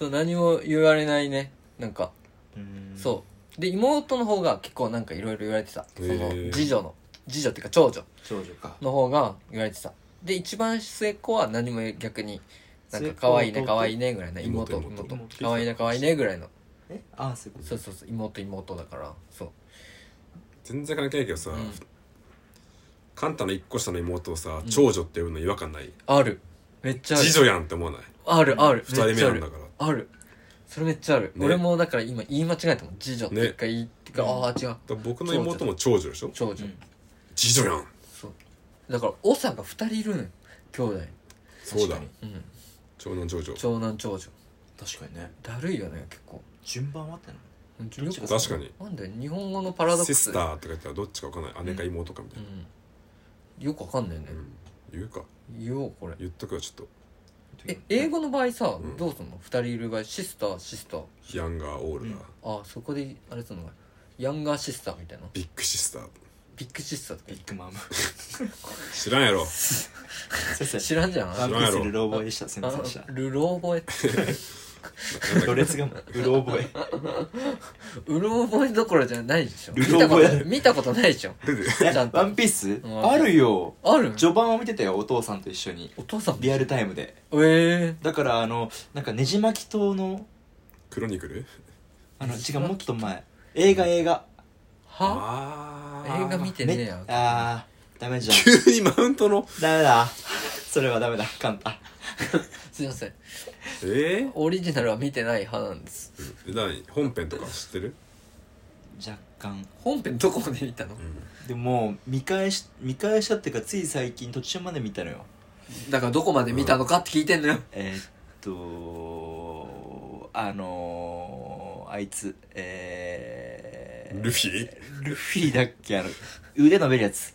Speaker 3: そう何も言われないねなんか
Speaker 1: うん
Speaker 3: そうで妹の方が結構なんかいろいろ言われてたそ
Speaker 2: へ
Speaker 3: の
Speaker 2: ー
Speaker 3: 次女の次女っていうか長女
Speaker 1: 長女か
Speaker 3: の方が言われてたで一番末っ子は何も逆になん
Speaker 1: 末
Speaker 3: か
Speaker 1: っ子
Speaker 3: 可愛いね
Speaker 1: 弟
Speaker 3: 可愛いねぐらいな妹
Speaker 2: 妹
Speaker 3: 妹
Speaker 2: 妹
Speaker 1: 妹
Speaker 3: 可愛いね可愛いねぐらいの
Speaker 1: えああそういうこ
Speaker 3: そうそうそう妹妹だからそう
Speaker 2: 全然関係ないけどさ、
Speaker 3: ん
Speaker 2: カンタの一個下の妹をさ長女って呼ぶの違和感ない、
Speaker 3: あるめっちゃある
Speaker 2: 次女やんって思わない
Speaker 3: あるある
Speaker 2: 二人
Speaker 3: めっ
Speaker 2: 目
Speaker 3: ちゃ
Speaker 2: な
Speaker 3: あ
Speaker 2: ん
Speaker 3: る
Speaker 2: だから
Speaker 3: あるそれめっちゃある、
Speaker 2: ね
Speaker 3: 俺もだから今言い間違えたもん次女って一回言ってか、ああ違
Speaker 2: だ
Speaker 3: う
Speaker 2: から僕の妹も長女でしょ
Speaker 3: 長女、
Speaker 1: うん
Speaker 2: 次女やん
Speaker 3: そうだから長が二人いるのよ兄弟
Speaker 2: そうだ
Speaker 1: 確かに
Speaker 3: うん
Speaker 2: 長男長女
Speaker 3: 長男長女
Speaker 1: と確かにね
Speaker 3: だるいよね結構
Speaker 1: 順番はってな
Speaker 2: 確かに
Speaker 3: なんだよ日本語のパラドック
Speaker 2: シ
Speaker 3: ス
Speaker 2: スターって書いてたらどっちかわかんない姉か妹かみた
Speaker 3: う
Speaker 2: いな、
Speaker 3: んよくわかんないよね、
Speaker 2: うん言うか
Speaker 3: 言おうこれ
Speaker 2: 言っとくよちょっ
Speaker 3: え英語の場合さ、
Speaker 2: うん
Speaker 3: どうすんの2人いる場合シスターシスター
Speaker 2: とヤンガーオールだ、
Speaker 1: うん
Speaker 3: あそこであれすんのかヤンガーシスターみたいな
Speaker 2: ビッグシスター
Speaker 3: ビッグシスターとか
Speaker 1: ビ
Speaker 3: 言っ
Speaker 1: ッグマ
Speaker 3: (laughs)
Speaker 1: ム
Speaker 2: 知らんやろ
Speaker 1: 先生
Speaker 3: て知らんじゃん
Speaker 1: ワ
Speaker 3: あ
Speaker 1: ンピ
Speaker 2: らん
Speaker 1: ー
Speaker 2: や
Speaker 1: ス
Speaker 2: ろ
Speaker 1: ルローボーイでしたすいません
Speaker 3: あ
Speaker 1: でした
Speaker 3: ルローボエ
Speaker 1: 序列がうろ覚え
Speaker 3: うろ覚えどころじゃないでしょ
Speaker 1: ルローボエ
Speaker 3: 見たこと見たことないでしょ (laughs) ちゃん
Speaker 1: ワ
Speaker 3: と
Speaker 1: ンピース
Speaker 3: うん
Speaker 1: あるよ
Speaker 3: ある
Speaker 1: 序盤を見てたよお父さんと一緒に
Speaker 3: お父さん
Speaker 1: リアル
Speaker 3: イ
Speaker 1: タイムで
Speaker 3: ムえ
Speaker 1: だからあのなんかねじ巻き島の
Speaker 2: クロニクル
Speaker 1: あの違うもっと前映画映画
Speaker 3: ー、は
Speaker 2: あ
Speaker 3: 映画見てねえや
Speaker 1: めあダメじゃん
Speaker 2: 急にマウントの
Speaker 1: ダメだそれはダメだカンタ
Speaker 5: すいません
Speaker 2: え
Speaker 5: オリジナルは見てない派なんです
Speaker 2: え何本編とか知ってる
Speaker 1: 若干
Speaker 3: 本編どこまで見たの
Speaker 1: でも見返し見返したっていうかつい最近途中まで見たのよ
Speaker 3: だからどこまで見たのかって聞いてんのよ。
Speaker 1: えーっとあのー、あいつえー、
Speaker 2: ルフィ
Speaker 1: ルフィだっけあの腕伸べるやつ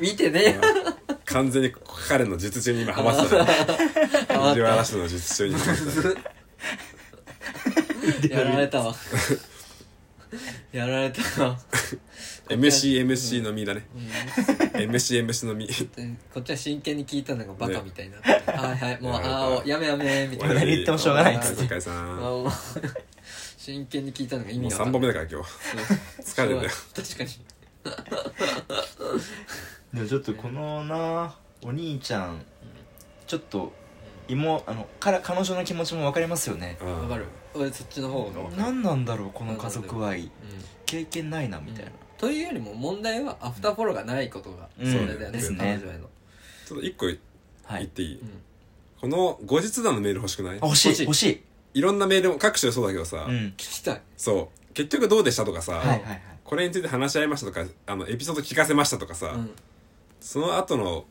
Speaker 3: 見てね。
Speaker 2: 完全に彼の術中に今ハマってたね藤原氏の術中にハマってたね
Speaker 3: (laughs) やられたわ。やられたわ。
Speaker 2: MCMC の実だね MCMC の実
Speaker 3: こっちは真剣に聞いたのがバカみたいになって。はいはい、もう、
Speaker 2: やられた
Speaker 3: ああ、やめやめ、みたいな。
Speaker 1: 何言ってもしょうがないっ
Speaker 2: お
Speaker 1: つって
Speaker 2: 疲れさん
Speaker 3: あ
Speaker 2: も
Speaker 3: もう真剣に聞いたのが意
Speaker 2: う
Speaker 3: 味が
Speaker 2: 3本目だから今日
Speaker 3: 疲
Speaker 2: 疲れてるよ
Speaker 3: 確かに。
Speaker 1: でもちょっとこのなお兄ちゃんちょっと妹あのから彼女の気持ちも分かりますよね
Speaker 2: うん
Speaker 3: わかる。俺そっちの方がわかる。
Speaker 1: 何なんだろうこの家族愛
Speaker 3: うん
Speaker 1: 経験ないなみた
Speaker 3: みた
Speaker 1: い
Speaker 3: い
Speaker 1: な
Speaker 3: な、というよりも問題はアフターフォローがないことが、
Speaker 1: うん
Speaker 3: そうだよね
Speaker 1: ですね
Speaker 3: 彼女への、
Speaker 2: ちょっと1個言
Speaker 1: は
Speaker 2: っ
Speaker 1: い
Speaker 2: ていい
Speaker 3: うん
Speaker 2: この後日談のメール欲しくない
Speaker 1: あ欲しい欲
Speaker 3: 欲
Speaker 1: しい
Speaker 2: いろんなメールも各種そうだけどさ
Speaker 1: うん
Speaker 3: 聞きたい
Speaker 2: そう結局どうでしたとかさ
Speaker 1: はいはいはい
Speaker 2: これについて話し合いましたとかあのエピソード聞かせましたとかさ
Speaker 3: うん
Speaker 2: その後の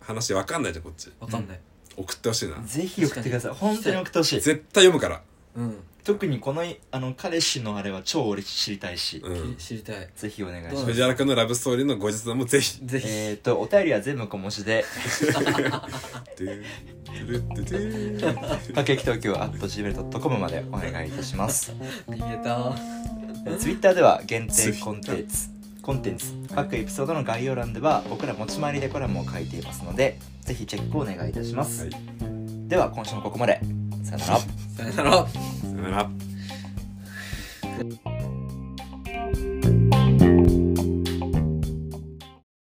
Speaker 2: 話わかんないじゃんこっち
Speaker 3: わかんない
Speaker 2: 送ってほしいな
Speaker 1: ぜひ送ってください本当に送ってほしい
Speaker 2: 絶対読むから
Speaker 3: うん、
Speaker 1: 特にこのあの彼氏のあれは超俺知りたいし、
Speaker 2: うん
Speaker 3: き知りたい
Speaker 1: ぜひお願いしま
Speaker 3: どう
Speaker 1: す
Speaker 3: な
Speaker 2: 藤原君のラブストーリーの後日談もぜひ (laughs)
Speaker 3: ぜひ、
Speaker 1: えっ、ー、とお便りは全部小文字で
Speaker 2: ドゥルドゥドゥド
Speaker 1: 「
Speaker 2: ゥ
Speaker 1: かけき東京」at gmail.com までお願いいたします
Speaker 3: 逃げた
Speaker 1: ツイッターでは限定コンテンツコンテンツ各エピソードの概要欄では僕ら持ち回りでコラムを書いていますのでぜひチェックをお願いいたします、
Speaker 2: はい
Speaker 1: では今週もここまでさよなら
Speaker 3: さよなら
Speaker 2: さよなら